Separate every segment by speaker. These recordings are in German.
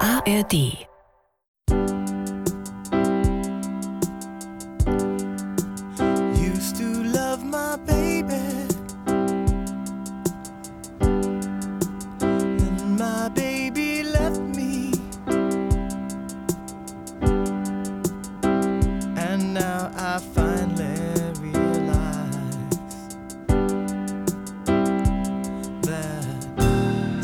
Speaker 1: ARD.
Speaker 2: Used to love my baby. Then my baby left me. And now I finally realize that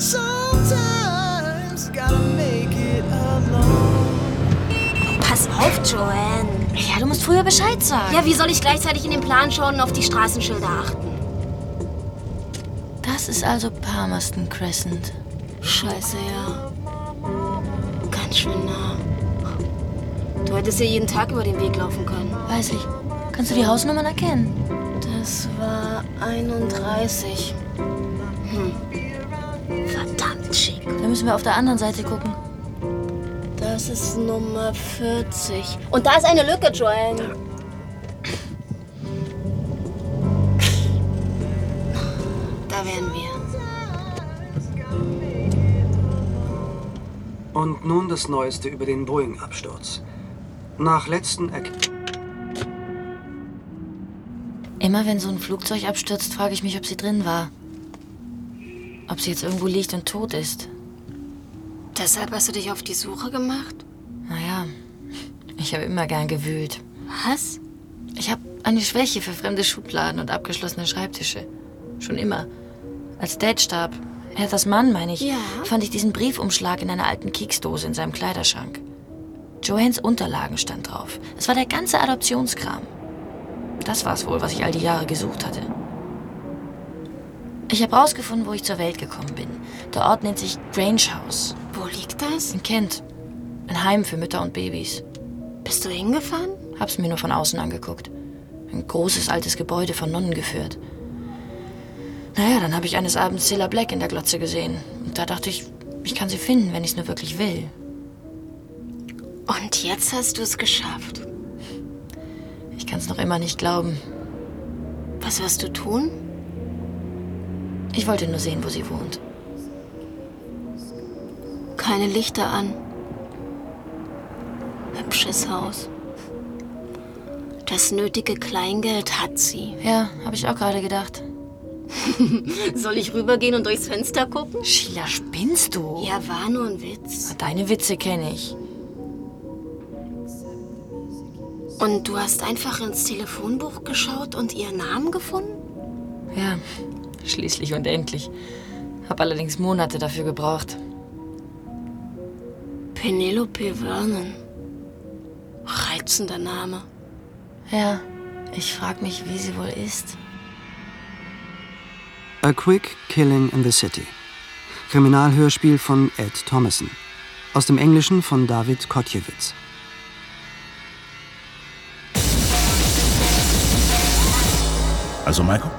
Speaker 2: sometimes gotta make it alone.
Speaker 3: Pass auf, Joanne.
Speaker 4: Ja, du musst früher Bescheid sagen.
Speaker 3: Ja, wie soll ich gleichzeitig in den Plan schauen und auf die Straßenschilder achten?
Speaker 4: das ist also Palmerston Crescent.
Speaker 3: Scheiße, ja. Ganz schön nah. Du hättest ja jeden Tag über den Weg laufen können.
Speaker 4: Weiß ich. Kannst du die Hausnummern erkennen?
Speaker 3: Das war 31. Hm. Verdammt schick.
Speaker 4: Da müssen wir auf der anderen Seite gucken.
Speaker 3: Das ist Nummer 40. Und da ist eine Lücke, Joanne. Da wären wir.
Speaker 5: Und nun das Neueste über den Boeing-Absturz. Nach letzten Erk
Speaker 4: Immer wenn so ein Flugzeug abstürzt, frage ich mich, ob sie drin war. Ob sie jetzt irgendwo liegt und tot ist.
Speaker 3: Deshalb hast du dich auf die Suche gemacht?
Speaker 4: Naja, ich habe immer gern gewühlt.
Speaker 3: Was?
Speaker 4: Ich habe eine Schwäche für fremde Schubladen und abgeschlossene Schreibtische. Schon immer. Als Dad starb, Heathers Mann, meine ich,
Speaker 3: Ja.
Speaker 4: fand ich diesen Briefumschlag in einer alten Keksdose in seinem Kleiderschrank. Joannes Unterlagen stand drauf. Es war der ganze Adoptionskram. Das war's wohl, was ich all die Jahre gesucht hatte. Ich habe rausgefunden, wo ich zur Welt gekommen bin. Der Ort nennt sich Grange House.
Speaker 3: Wo liegt das?
Speaker 4: In Kent. Ein Heim für Mütter und Babys.
Speaker 3: Bist du hingefahren?
Speaker 4: Hab's mir nur von außen angeguckt. Ein großes altes Gebäude von Nonnen geführt. Naja, dann habe ich eines Abends Cilla Black in der Glotze gesehen. Und da dachte ich, ich kann sie finden, wenn ich es nur wirklich will.
Speaker 3: Und jetzt hast du es geschafft.
Speaker 4: Ich kann's noch immer nicht glauben.
Speaker 3: Was wirst du tun?
Speaker 4: Ich wollte nur sehen, wo sie wohnt.
Speaker 3: Keine Lichter an. Hübsches Haus. Das nötige Kleingeld hat sie.
Speaker 4: Ja, habe ich auch gerade gedacht.
Speaker 3: Soll ich rübergehen und durchs Fenster gucken?
Speaker 4: Sheila, spinnst du?
Speaker 3: Ja, war nur ein Witz.
Speaker 4: Deine Witze kenne ich.
Speaker 3: Und du hast einfach ins Telefonbuch geschaut und ihren Namen gefunden?
Speaker 4: Ja, schließlich und endlich. Hab allerdings Monate dafür gebraucht.
Speaker 3: Penelope Vernon. Reizender Name.
Speaker 4: Ja, ich frag mich, wie sie wohl ist.
Speaker 5: A Quick Killing in the City. Kriminalhörspiel von Ed Thomason. Aus dem Englischen von David Kotjewitz.
Speaker 6: Also, Michael,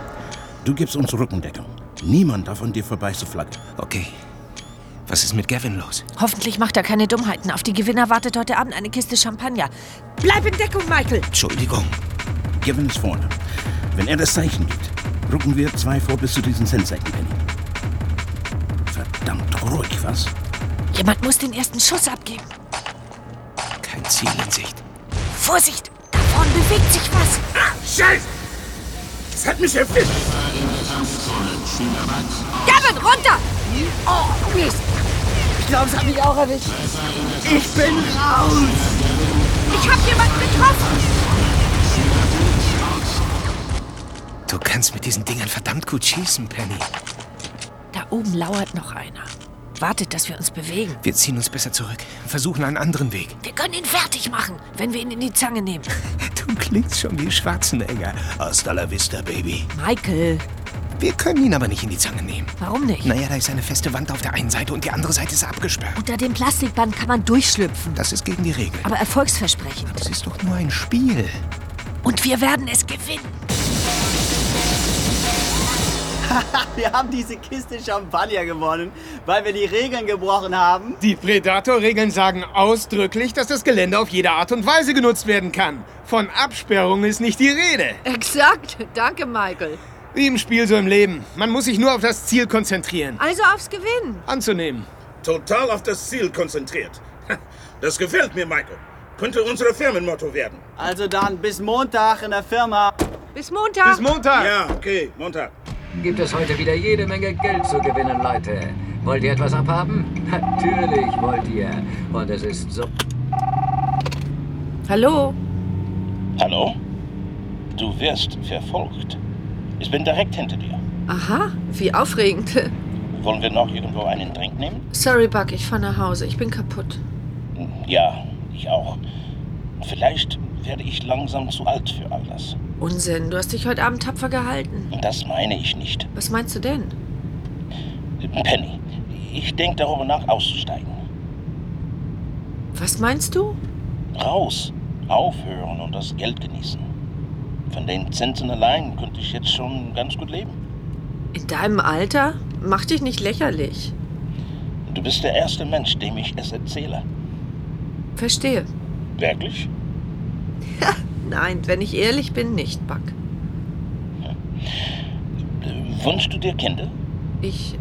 Speaker 6: du gibst uns Rückendeckung. Niemand darf an dir vorbeizuflacken.
Speaker 7: Okay. Was ist mit Gavin los?
Speaker 8: Hoffentlich macht er keine Dummheiten. Auf die Gewinner wartet heute Abend eine Kiste Champagner. Bleib in Deckung, Michael!
Speaker 7: Entschuldigung.
Speaker 6: Gavin ist vorne. Wenn er das Zeichen gibt, rücken wir zwei vor bis zu diesen Sensecken, Penny. Verdammt ruhig, was?
Speaker 8: Jemand muss den ersten Schuss abgeben.
Speaker 7: Kein Ziel in Sicht.
Speaker 8: Vorsicht! Da vorne bewegt sich was!
Speaker 6: Scheiße! Es hat mich erwischt!
Speaker 8: Gavin, runter!
Speaker 6: Ich bin raus!
Speaker 8: Ich hab jemanden getroffen!
Speaker 7: Du kannst mit diesen Dingern verdammt gut schießen, Penny.
Speaker 8: Da oben lauert noch einer. Wartet, dass wir uns bewegen.
Speaker 7: Wir ziehen uns besser zurück. Versuchen einen anderen Weg.
Speaker 8: Wir können ihn fertig machen, wenn wir ihn in die Zange nehmen.
Speaker 7: Du klingst schon wie Schwarzenegger. Hasta la vista, Baby.
Speaker 8: Michael,
Speaker 7: Wir können ihn aber nicht in die Zange nehmen.
Speaker 8: warum nicht?
Speaker 7: Naja, da ist eine feste Wand auf der einen Seite und die andere Seite ist abgesperrt.
Speaker 8: Unter dem Plastikband kann man durchschlüpfen.
Speaker 7: Das ist gegen die Regeln.
Speaker 8: Aber erfolgsversprechend.
Speaker 7: Es ist doch nur ein Spiel.
Speaker 8: Und wir werden es gewinnen.
Speaker 9: Wir haben diese Kiste Champagner gewonnen, weil wir die Regeln gebrochen haben.
Speaker 10: Die Predator-Regeln sagen ausdrücklich, dass das Gelände auf jede Art und Weise genutzt werden kann. Von Absperrung ist nicht die Rede.
Speaker 11: Exakt. Danke, Michael.
Speaker 10: Wie im Spiel so im Leben. Man muss sich nur auf das Ziel konzentrieren.
Speaker 11: Also aufs Gewinn.
Speaker 10: Anzunehmen.
Speaker 6: Total auf das Ziel konzentriert.
Speaker 12: Das gefällt mir, Michael. Könnte unsere Firmenmotto werden.
Speaker 9: Also dann, bis Montag in der Firma.
Speaker 13: Bis Montag.
Speaker 12: Ja, okay, Montag.
Speaker 14: Gibt es heute wieder jede Menge Geld zu gewinnen, Leute. Wollt ihr etwas abhaben? Natürlich wollt ihr. Und es ist so.
Speaker 4: Hallo?
Speaker 15: Hallo? Du wirst verfolgt. Ich bin direkt hinter dir.
Speaker 13: Aha, wie aufregend.
Speaker 15: Wollen wir noch irgendwo einen Drink nehmen?
Speaker 13: Sorry, Buck, ich fahre nach Hause. Ich bin kaputt.
Speaker 15: Ja, ich auch. Vielleicht werde ich langsam zu alt für all das.
Speaker 13: Unsinn, du hast dich heute Abend tapfer gehalten.
Speaker 15: Das meine ich nicht.
Speaker 13: Was meinst du denn?
Speaker 15: Penny, ich denke darüber nach, auszusteigen.
Speaker 13: Was meinst du?
Speaker 15: Raus, aufhören und das Geld genießen. Von den Zinsen allein könnte ich jetzt schon ganz gut leben.
Speaker 13: In deinem Alter? Mach dich nicht lächerlich.
Speaker 15: Du bist der erste Mensch, dem ich es erzähle.
Speaker 13: Verstehe.
Speaker 15: Wirklich?
Speaker 13: Nein, wenn ich ehrlich bin, nicht, Buck.
Speaker 15: Wünschst du dir Kinder?
Speaker 13: Ich.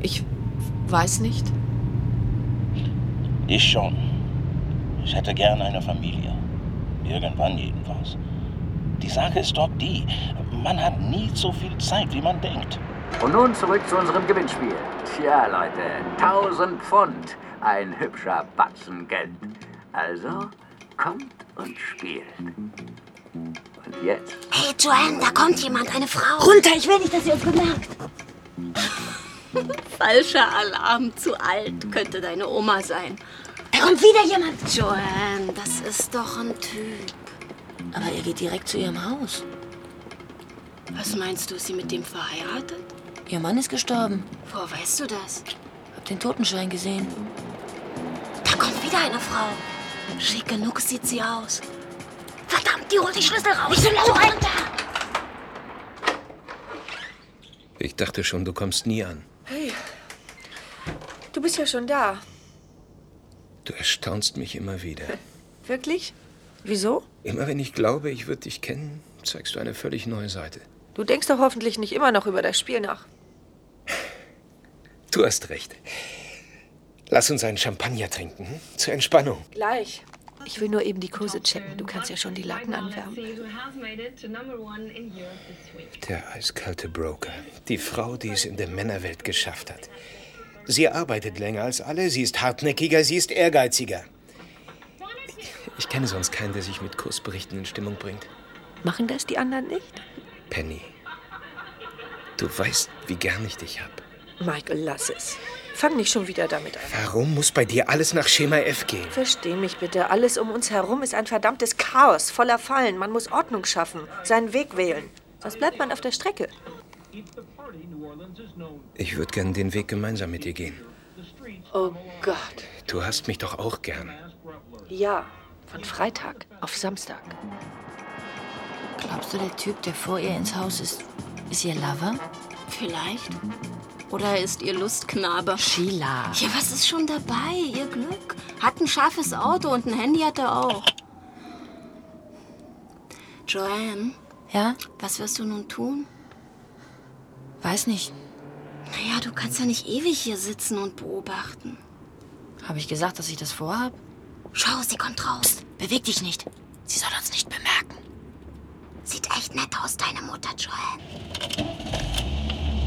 Speaker 13: Ich weiß nicht.
Speaker 15: Ich schon. Ich hätte gern eine Familie. Irgendwann jedenfalls. Die Sache ist doch die, man hat nie so viel Zeit, wie man denkt.
Speaker 14: Und nun zurück zu unserem Gewinnspiel. Tja, Leute, 1000 Pfund. Ein hübscher Batzen Geld. Also, kommt und spielt. Und jetzt?
Speaker 3: Hey, Joanne, da kommt jemand, eine Frau. Runter, ich will nicht, dass sie uns bemerkt. Falscher Alarm, zu alt könnte deine Oma sein. Da kommt wieder jemand. Joanne, das ist doch ein Typ.
Speaker 4: Aber ihr geht direkt zu ihrem Haus.
Speaker 3: Was meinst du, ist sie mit dem verheiratet?
Speaker 4: Ihr Mann ist gestorben.
Speaker 3: Woher weißt du das?
Speaker 4: Hab den Totenschein gesehen.
Speaker 3: Da kommt wieder eine Frau. Schick genug sieht sie aus. Verdammt, die holt die Schlüssel raus. Nicht so laut, runter.
Speaker 7: Ich dachte schon, du kommst nie an.
Speaker 8: Hey, du bist ja schon da.
Speaker 7: Du erstaunst mich immer wieder.
Speaker 8: Wirklich? Wieso?
Speaker 7: Immer wenn ich glaube, ich würde dich kennen, zeigst du eine völlig neue Seite.
Speaker 8: Du denkst doch hoffentlich nicht immer noch über das Spiel nach.
Speaker 7: Du hast recht. Lass uns einen Champagner trinken, hm? zur Entspannung.
Speaker 8: Gleich. Ich will nur eben die Kurse checken. Du kannst ja schon die Laken anwärmen.
Speaker 7: Der eiskalte Broker. Die Frau, die es in der Männerwelt geschafft hat. Sie arbeitet länger als alle, sie ist hartnäckiger, sie ist ehrgeiziger. Ich kenne sonst keinen, der sich mit Kursberichten in Stimmung bringt.
Speaker 8: Machen das die anderen nicht?
Speaker 7: Penny, du weißt, wie gern ich dich hab.
Speaker 8: Michael, lass es. Fang nicht schon wieder damit an.
Speaker 7: Warum muss bei dir alles nach Schema F gehen?
Speaker 8: Versteh mich bitte. Alles um uns herum ist ein verdammtes Chaos, voller Fallen. Man muss Ordnung schaffen, seinen Weg wählen. Sonst bleibt man auf der Strecke.
Speaker 7: Ich würde gern den Weg gemeinsam mit dir gehen.
Speaker 8: Oh Gott.
Speaker 7: Du hast mich doch auch gern.
Speaker 8: Ja, von Freitag auf Samstag.
Speaker 4: Glaubst du, der Typ, der vor ihr ins Haus ist, ist ihr Lover?
Speaker 3: Vielleicht. Oder ist ihr Lustknabe?
Speaker 4: Sheila.
Speaker 3: Ja, was ist schon dabei? Ihr Glück. Hat ein scharfes Auto und ein Handy hat er auch. Joanne,
Speaker 4: Ja?
Speaker 3: was wirst du nun tun?
Speaker 4: Weiß nicht.
Speaker 3: Naja, du kannst ja nicht ewig hier sitzen und beobachten.
Speaker 4: Habe ich gesagt, dass ich das vorhab?
Speaker 3: Schau, sie kommt raus.
Speaker 4: Beweg dich nicht. Sie soll uns nicht bemerken.
Speaker 3: Sieht echt nett aus, deine Mutter, Joel.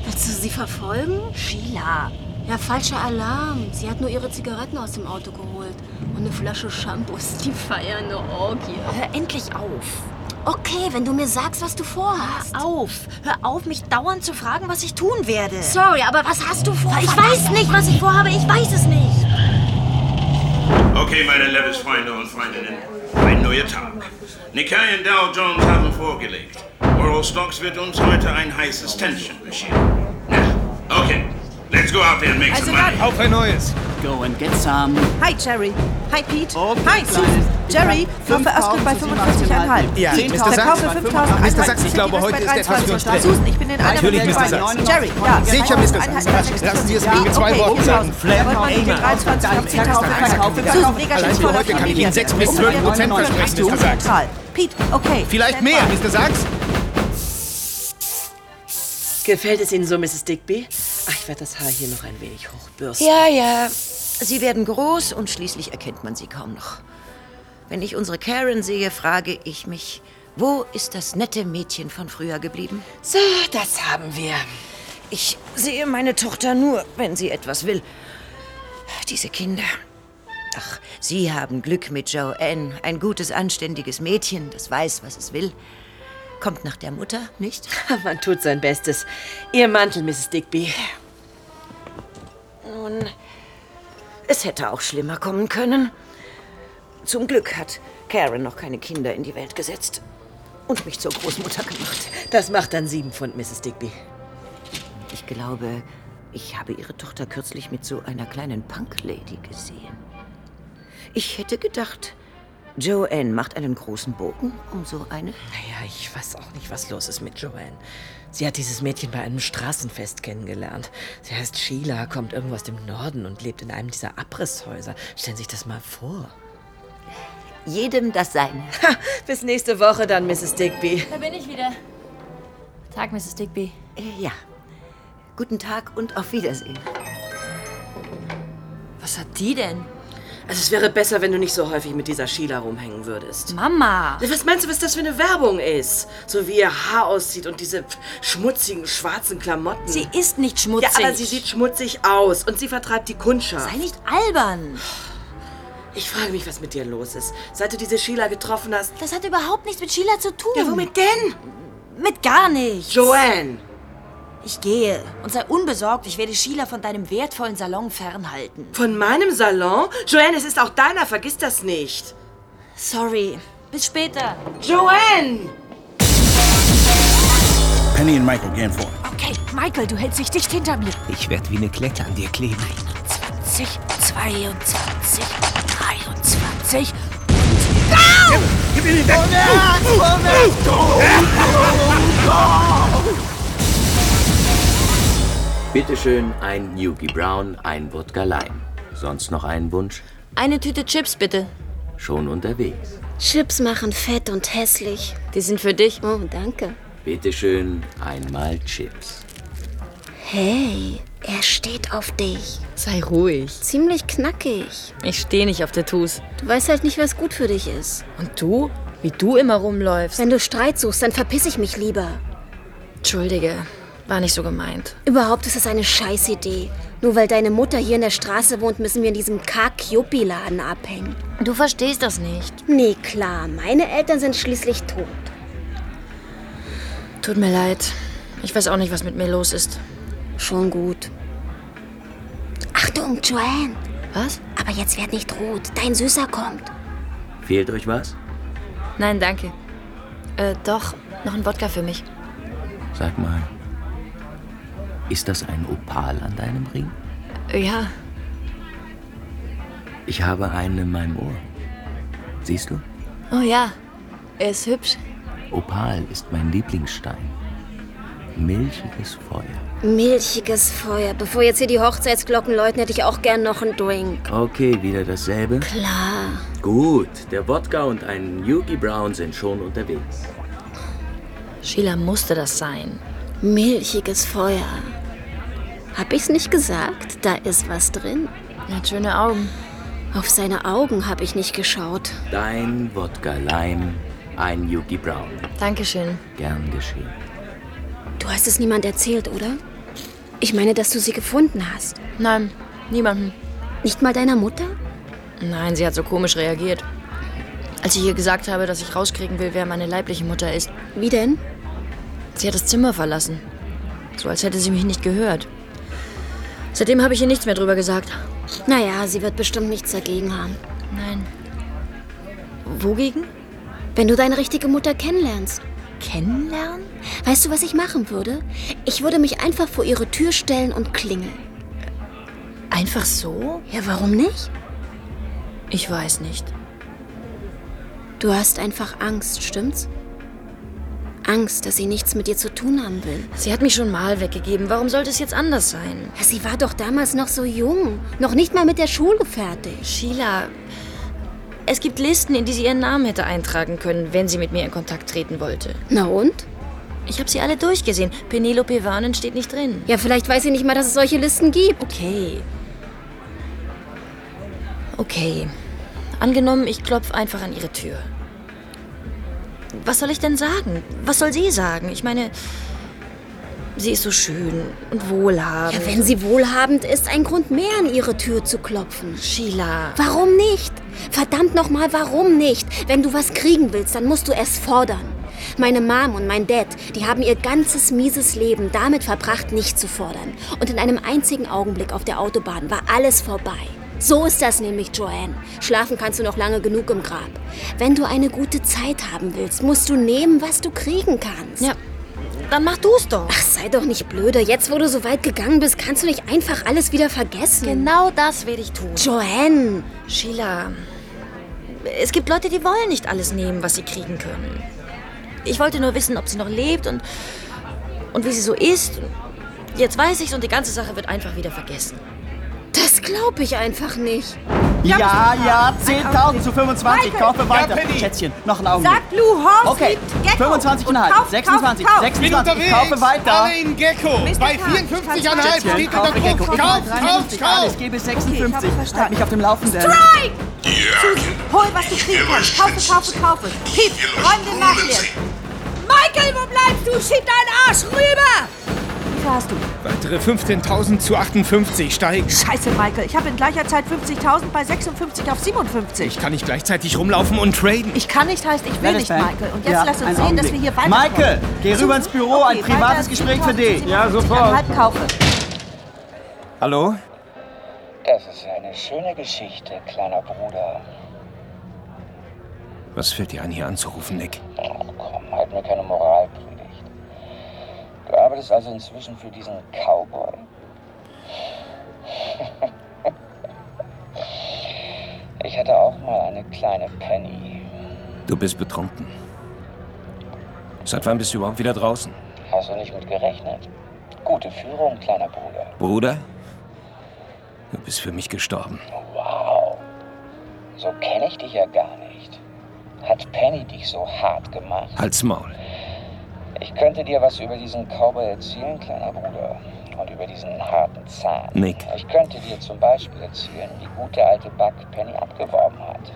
Speaker 3: Willst du sie verfolgen? Sheila. Ja, falscher Alarm. Sie hat nur ihre Zigaretten aus dem Auto geholt. Und eine Flasche Shampoos. Die feiern eine Orgie.
Speaker 16: Hör endlich auf.
Speaker 3: Okay, wenn du mir sagst, was du vorhast.
Speaker 16: Auf. Hör auf, mich dauernd zu fragen, was ich tun werde.
Speaker 3: Sorry, aber was hast du vor?
Speaker 16: Ich weiß nicht, was ich vorhabe. Ich weiß es nicht.
Speaker 12: Okay, meine Levis-Freunde und Freundinnen. Ein neuer Tag. Nikkei und Dow Jones haben vorgelegt. Oral Stocks wird uns heute ein heißes Tension bescheren. Na, okay. Let's go out there and make some money.
Speaker 10: Auf ein neues.
Speaker 9: Go and get some.
Speaker 8: Hi, Jerry. Hi, Pete. Hi, Susan. Jerry, kaufe Öskel bei 55,5.
Speaker 10: Ja, Mr. Sachs.
Speaker 8: Verkaufe 5.000.
Speaker 10: Mr. Sachs, ich glaube, heute ist der Tag für uns drin.
Speaker 8: Susan, ich bin in einer
Speaker 10: Natürlich, Mr. Sachs.
Speaker 8: Jerry, ja.
Speaker 10: Sicher, Mr. Sachs. Lassen Sie es wegen zwei Worten sein.
Speaker 8: Wollt man die 23 auf 10 kaufen? Verkaufen. Susan, mega
Speaker 10: Allein für heute kann ich Ihnen 6 bis 12 Prozent versprechen, Mr. Sachs.
Speaker 8: Pete, okay.
Speaker 10: Vielleicht mehr, Mr. Sachs.
Speaker 11: Gefällt es Ihnen so, Mrs. Digby? Ach, ich werde das Haar hier noch ein wenig hochbürsten.
Speaker 4: Ja, ja.
Speaker 11: Sie werden groß und schließlich erkennt man sie kaum noch. Wenn ich unsere Karen sehe, frage ich mich, wo ist das nette Mädchen von früher geblieben? So, das haben wir. Ich sehe meine Tochter nur, wenn sie etwas will. Diese Kinder. Ach, sie haben Glück mit Joanne. Ein gutes, anständiges Mädchen, das weiß, was es will. Kommt nach der Mutter, nicht?
Speaker 17: Man tut sein Bestes. Ihr Mantel, Mrs. Digby.
Speaker 11: Nun, es hätte auch schlimmer kommen können. Zum Glück hat Karen noch keine Kinder in die Welt gesetzt und mich zur Großmutter gemacht.
Speaker 17: Das macht dann sieben Pfund, Mrs. Digby.
Speaker 11: Ich glaube, ich habe Ihre Tochter kürzlich mit so einer kleinen Punk-Lady gesehen. Ich hätte gedacht, Joanne macht einen großen Bogen um so eine.
Speaker 17: Naja, ich weiß auch nicht, was los ist mit Joanne. Sie hat dieses Mädchen bei einem Straßenfest kennengelernt. Sie heißt Sheila, kommt irgendwo aus dem Norden und lebt in einem dieser Abrisshäuser. Stellen Sie sich das mal vor.
Speaker 11: Jedem das Seine.
Speaker 17: Ha, bis nächste Woche dann, Mrs. Digby.
Speaker 8: Da bin ich wieder. Tag, Mrs. Digby.
Speaker 11: Äh, Ja. Guten Tag und auf Wiedersehen.
Speaker 17: Was hat die denn? Also es wäre besser, wenn du nicht so häufig mit dieser Sheila rumhängen würdest.
Speaker 8: Mama!
Speaker 17: Was meinst du, was das für eine Werbung ist? So wie ihr Haar aussieht und diese schmutzigen, schwarzen Klamotten.
Speaker 8: Sie ist nicht schmutzig.
Speaker 17: Ja, aber sie sieht schmutzig aus und sie vertreibt die Kundschaft.
Speaker 8: Sei nicht albern.
Speaker 17: Ich frage mich, was mit dir los ist. Seit du diese Sheila getroffen hast.
Speaker 8: Das hat überhaupt nichts mit Sheila zu tun.
Speaker 17: Ja, womit denn?
Speaker 8: Mit gar nichts.
Speaker 17: Joanne!
Speaker 8: Ich gehe und sei unbesorgt, ich werde Sheila von deinem wertvollen Salon fernhalten.
Speaker 17: Von meinem Salon? Joanne, es ist auch deiner, vergiss das nicht.
Speaker 8: Sorry, bis später.
Speaker 17: Joanne!
Speaker 18: Penny und Michael gehen vor.
Speaker 8: Okay, Michael, du hältst dich dicht hinter mir.
Speaker 15: Ich werde wie eine Klette an dir kleben.
Speaker 8: 20, 22, 23
Speaker 19: Gib ihn weg! Vorwärts, vorwärts! Go, go, go.
Speaker 14: Bitteschön ein Yugi Brown, ein Wodka Lime. Sonst noch einen Wunsch?
Speaker 3: Eine Tüte Chips bitte.
Speaker 14: Schon unterwegs.
Speaker 3: Chips machen fett und hässlich. Die sind für dich. Oh, danke.
Speaker 14: Bitteschön einmal Chips.
Speaker 3: Hey, er steht auf dich.
Speaker 17: Sei ruhig.
Speaker 3: Ziemlich knackig.
Speaker 17: Ich stehe nicht auf Tattoos.
Speaker 3: Du weißt halt nicht, was gut für dich ist.
Speaker 17: Und du? Wie du immer rumläufst.
Speaker 3: Wenn du Streit suchst, dann verpiss ich mich lieber.
Speaker 4: Entschuldige, war nicht so gemeint.
Speaker 3: Überhaupt ist das eine Scheißidee. Nur weil deine Mutter hier in der Straße wohnt, müssen wir in diesem K-Kiopi-Laden abhängen.
Speaker 4: Du verstehst das nicht.
Speaker 3: Nee, klar. Meine Eltern sind schließlich tot.
Speaker 4: Tut mir leid. Ich weiß auch nicht, was mit mir los ist.
Speaker 3: Schon gut. Achtung, Joanne!
Speaker 4: Was?
Speaker 3: Aber jetzt werd nicht rot. Dein Süßer kommt.
Speaker 14: Fehlt euch was?
Speaker 4: Nein, danke. Äh, doch, noch ein Wodka für mich.
Speaker 14: Sag mal, ist das ein Opal an deinem Ring?
Speaker 4: Äh, Ja.
Speaker 14: Ich habe einen in meinem Ohr. Siehst du?
Speaker 4: Oh ja, er ist hübsch.
Speaker 14: Opal ist mein Lieblingsstein. Milchiges Feuer.
Speaker 3: Milchiges Feuer. Bevor jetzt hier die Hochzeitsglocken läuten, hätte ich auch gern noch einen Drink.
Speaker 14: Okay, wieder dasselbe?
Speaker 3: Klar.
Speaker 14: Gut, der Wodka und ein Yugi Brown sind schon unterwegs.
Speaker 4: Sheila musste das sein.
Speaker 3: Milchiges Feuer. Hab ich's nicht gesagt? Da ist was drin.
Speaker 4: Er hat schöne Augen.
Speaker 3: Auf seine Augen hab ich nicht geschaut.
Speaker 14: Dein Wodka Lime, ein Yuki Brown.
Speaker 4: Dankeschön.
Speaker 14: Gern geschehen.
Speaker 3: Du hast es niemand erzählt, oder? Ich meine, dass du sie gefunden hast.
Speaker 4: Nein, niemandem.
Speaker 3: Nicht mal deiner Mutter?
Speaker 4: Nein, sie hat so komisch reagiert. Als ich ihr gesagt habe, dass ich rauskriegen will, wer meine leibliche Mutter ist.
Speaker 3: Wie denn?
Speaker 4: Sie hat das Zimmer verlassen. So als hätte sie mich nicht gehört. Seitdem habe ich ihr nichts mehr drüber gesagt.
Speaker 3: Naja, sie wird bestimmt nichts dagegen haben.
Speaker 4: Nein. Wogegen?
Speaker 3: Wenn du deine richtige Mutter kennenlernst.
Speaker 4: Kennenlernen?
Speaker 3: Weißt du, was ich machen würde? Ich würde mich einfach vor ihre Tür stellen und klingeln.
Speaker 4: Einfach so?
Speaker 3: Ja, warum nicht?
Speaker 4: Ich weiß nicht.
Speaker 3: Du hast einfach Angst, stimmt's? Angst, dass sie nichts mit dir zu tun haben will.
Speaker 4: Sie hat mich schon mal weggegeben. Warum sollte es jetzt anders sein?
Speaker 3: Sie war doch damals noch so jung. Noch nicht mal mit der Schule fertig.
Speaker 4: Sheila, es gibt Listen, in die sie ihren Namen hätte eintragen können, wenn sie mit mir in Kontakt treten wollte.
Speaker 3: Na und?
Speaker 4: Ich habe sie alle durchgesehen. Penelope Warnen steht nicht drin.
Speaker 3: Ja, vielleicht weiß sie nicht mal, dass es solche Listen gibt.
Speaker 4: Okay. Okay. Angenommen, ich klopfe einfach an ihre Tür. Was soll ich denn sagen? Was soll sie sagen? Ich meine, sie ist so schön und wohlhabend.
Speaker 3: Ja, wenn sie wohlhabend ist, ein Grund mehr an ihre Tür zu klopfen.
Speaker 4: Sheila.
Speaker 3: Warum nicht? Verdammt nochmal, warum nicht? Wenn du was kriegen willst, dann musst du es fordern. Meine Mom und mein Dad, die haben ihr ganzes mieses Leben damit verbracht, nicht zu fordern. Und in einem einzigen Augenblick auf der Autobahn war alles vorbei. So ist das nämlich, Joanne. Schlafen kannst du noch lange genug im Grab. Wenn du eine gute Zeit haben willst, musst du nehmen, was du kriegen kannst.
Speaker 4: Ja, dann mach du's doch.
Speaker 3: Ach, sei doch nicht blöde. Jetzt, wo du so weit gegangen bist, kannst du nicht einfach alles wieder vergessen.
Speaker 4: Genau das werde ich tun.
Speaker 3: Joanne!
Speaker 4: Sheila, es gibt Leute, die wollen nicht alles nehmen, was sie kriegen können. Ich wollte nur wissen, ob sie noch lebt und, und wie sie so ist. Jetzt weiß ich's und die ganze Sache wird einfach wieder vergessen.
Speaker 3: Das glaube ich einfach nicht.
Speaker 9: Ja, ja,
Speaker 3: Ein
Speaker 9: 10.000 zu 25,
Speaker 3: Michael.
Speaker 9: kaufe weiter.
Speaker 3: Ja, Penny.
Speaker 9: Schätzchen, noch einen Augenblick.
Speaker 10: Sag, Blue Horse
Speaker 9: Okay,
Speaker 10: liebt Gecko.
Speaker 9: 25 und halb, 26,
Speaker 10: Bin
Speaker 9: 26,
Speaker 10: unterwegs.
Speaker 9: kaufe weiter.
Speaker 10: Alle in Gecko. Bei 54,5
Speaker 9: Schätzchen,
Speaker 10: steht unter
Speaker 9: kaufe Gecko.
Speaker 10: Druck.
Speaker 9: Ich
Speaker 10: Kauf,
Speaker 9: kaufe
Speaker 10: kauf,
Speaker 9: 53,
Speaker 10: kauf.
Speaker 9: Alles gebe 56. halt mich auf dem Laufenden.
Speaker 20: Strike! Susan, hol, was du kriegen kannst. Kaufe, kaufe, kaufe. Piep, räum den nach dir. Michael, wo bleibst du? Schieb deinen Arsch rüber!
Speaker 8: Da hast du.
Speaker 10: Weitere 15.000 zu 58 steigt.
Speaker 8: Scheiße, Michael. Ich habe in gleicher Zeit 50.000 bei 56 auf 57.
Speaker 10: Ich kann nicht gleichzeitig rumlaufen und traden.
Speaker 8: Ich kann nicht, heißt ich will nicht, Michael. Und jetzt
Speaker 10: Ja,
Speaker 8: lass uns
Speaker 10: einen
Speaker 8: sehen, dass wir
Speaker 10: Augenblick.
Speaker 8: hier weiter.
Speaker 9: Michael, geh rüber ins Büro, ein
Speaker 8: Okay,
Speaker 9: privates
Speaker 8: weiter,
Speaker 9: Gespräch für
Speaker 8: 7000,
Speaker 9: dich. Ja,
Speaker 8: Halb kaufe.
Speaker 9: Hallo?
Speaker 6: Das ist eine schöne Geschichte, kleiner Bruder.
Speaker 7: Was fällt dir an, hier anzurufen, Nick?
Speaker 6: Komm, halt mir keine Moralpredigt. Du arbeitest also inzwischen für diesen Cowboy. Ich hatte auch mal eine kleine Penny.
Speaker 7: Du bist betrunken. Seit wann bist du überhaupt wieder draußen?
Speaker 6: Hast du nicht mit gerechnet? Gute Führung, kleiner Bruder.
Speaker 7: Bruder? Du bist für mich gestorben.
Speaker 6: Wow. So kenne ich dich ja gar nicht. Hat Penny dich so hart gemacht?
Speaker 7: Halt's Maul.
Speaker 6: Ich könnte dir was über diesen Cowboy erzählen, kleiner Bruder. Und über diesen harten Zahn.
Speaker 7: Nick.
Speaker 6: Ich könnte dir zum Beispiel erzählen, wie gut der alte Buck Penny abgeworben hat,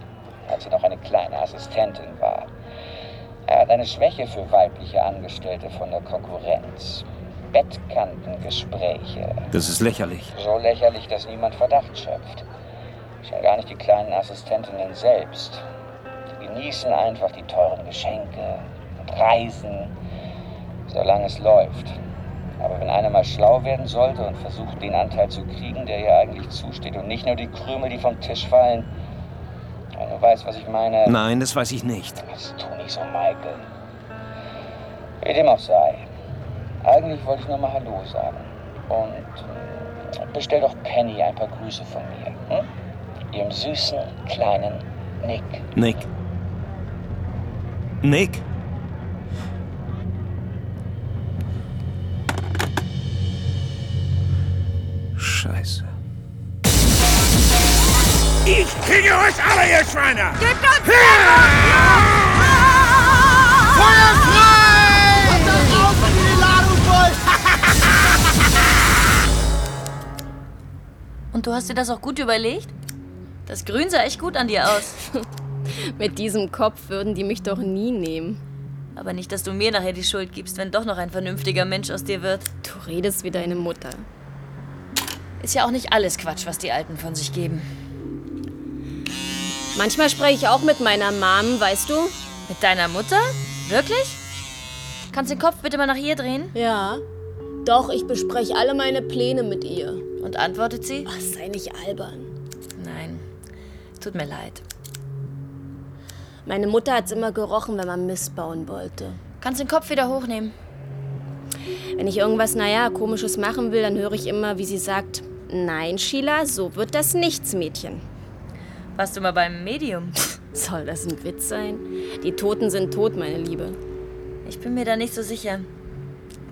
Speaker 6: als sie noch eine kleine Assistentin war. Er hat eine Schwäche für weibliche Angestellte von der Konkurrenz. Bettkantengespräche.
Speaker 7: Das ist lächerlich.
Speaker 6: So lächerlich, dass niemand Verdacht schöpft. Schon gar nicht die kleinen Assistentinnen selbst. Die genießen einfach die teuren Geschenke und Reisen, solange es läuft. Aber wenn einer mal schlau werden sollte und versucht, den Anteil zu kriegen, der ihr eigentlich zusteht und nicht nur die Krümel, die vom Tisch fallen, ja, du weißt, was ich meine.
Speaker 7: Nein, das weiß ich nicht.
Speaker 6: Das tu nicht so, Michael. Wie dem auch sei. Eigentlich wollte ich nur mal Hallo sagen. Und äh, bestell doch Penny ein paar Grüße von mir. Hm? Ihrem süßen, kleinen Nick.
Speaker 7: Nick. Nick? Scheiße.
Speaker 2: Ich kriege euch alle, ihr Schweine! Geht das? Feuer frei! Und dann raus, wenn ihr die Ladung wollt!
Speaker 4: Und du hast dir das auch gut überlegt? Das Grün sah echt gut an dir aus.
Speaker 3: Mit diesem Kopf würden die mich doch nie nehmen.
Speaker 4: Aber nicht, dass du mir nachher die Schuld gibst, wenn doch noch ein vernünftiger Mensch aus dir wird.
Speaker 3: Du redest wie deine Mutter.
Speaker 4: Ist ja auch nicht alles Quatsch, was die Alten von sich geben.
Speaker 3: Manchmal spreche ich auch mit meiner Mom, weißt du?
Speaker 4: Mit deiner Mutter? Wirklich? Kannst den Kopf bitte mal nach ihr drehen?
Speaker 3: Ja. Doch, ich bespreche alle meine Pläne mit ihr.
Speaker 4: Und antwortet sie?
Speaker 3: Ach, sei nicht albern.
Speaker 4: Nein. Tut mir leid.
Speaker 3: Meine Mutter hat's immer gerochen, wenn man Mist bauen wollte.
Speaker 4: Kannst den Kopf wieder hochnehmen.
Speaker 3: Wenn ich irgendwas, naja, komisches machen will, dann höre ich immer, wie sie sagt, nein, Sheila, so wird das nichts, Mädchen.
Speaker 4: Warst du mal beim Medium?
Speaker 3: Soll das ein Witz sein? Die Toten sind tot, meine Liebe.
Speaker 4: Ich bin mir da nicht so sicher.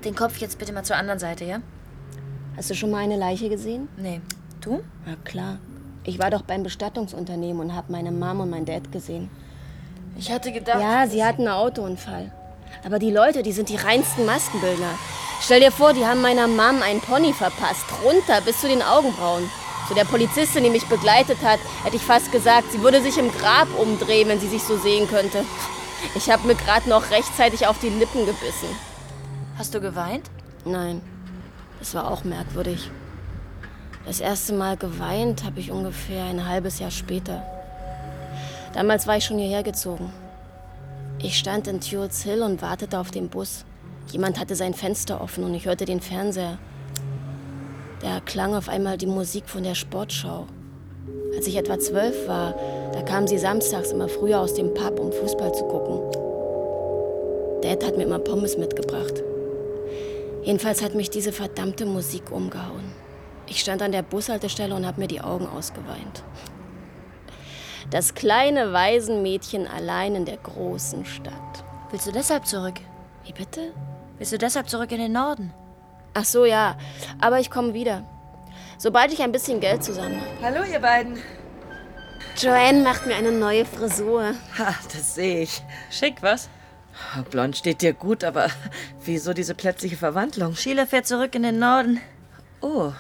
Speaker 4: Den Kopf jetzt bitte mal zur anderen Seite, ja?
Speaker 3: Hast du schon mal eine Leiche gesehen?
Speaker 4: Nee. Du?
Speaker 3: Na klar. Ich war doch beim Bestattungsunternehmen und habe meine Mom und mein Dad gesehen.
Speaker 4: Ich hatte gedacht.
Speaker 3: Ja, sie hatten einen Autounfall. Aber die Leute, die sind die reinsten Maskenbildner. Stell dir vor, die haben meiner Mom einen Pony verpasst. Runter bis zu den Augenbrauen. Zu der Polizistin, die mich begleitet hat, hätte ich fast gesagt, sie würde sich im Grab umdrehen, wenn sie sich so sehen könnte. Ich habe mir gerade noch rechtzeitig auf die Lippen gebissen.
Speaker 4: Hast du geweint?
Speaker 3: Nein, das war auch merkwürdig. Das erste Mal geweint habe ich ungefähr ein halbes Jahr später. Damals war ich schon hierher gezogen. Ich stand in Tuarts Hill und wartete auf den Bus. Jemand hatte sein Fenster offen und ich hörte den Fernseher. Da klang auf einmal die Musik von der Sportschau. Als ich etwa zwölf war, da kamen sie samstags immer früher aus dem Pub, um Fußball zu gucken. Dad hat mir immer Pommes mitgebracht. Jedenfalls hat mich diese verdammte Musik umgehauen. Ich stand an der Bushaltestelle und habe mir die Augen ausgeweint. Das kleine Waisenmädchen allein in der großen Stadt.
Speaker 4: Willst du deshalb zurück?
Speaker 3: Wie bitte?
Speaker 4: Willst du deshalb zurück in den Norden?
Speaker 3: Ach so, ja. Aber ich komme wieder. Sobald ich ein bisschen Geld zusammen habe.
Speaker 21: Hallo, ihr beiden.
Speaker 22: Joanne macht mir eine neue Frisur.
Speaker 11: Ha, das sehe ich.
Speaker 21: Schick, was?
Speaker 11: Oh, Blond steht dir gut, aber wieso diese plötzliche Verwandlung?
Speaker 4: Sheila fährt zurück in den Norden.
Speaker 11: Oh,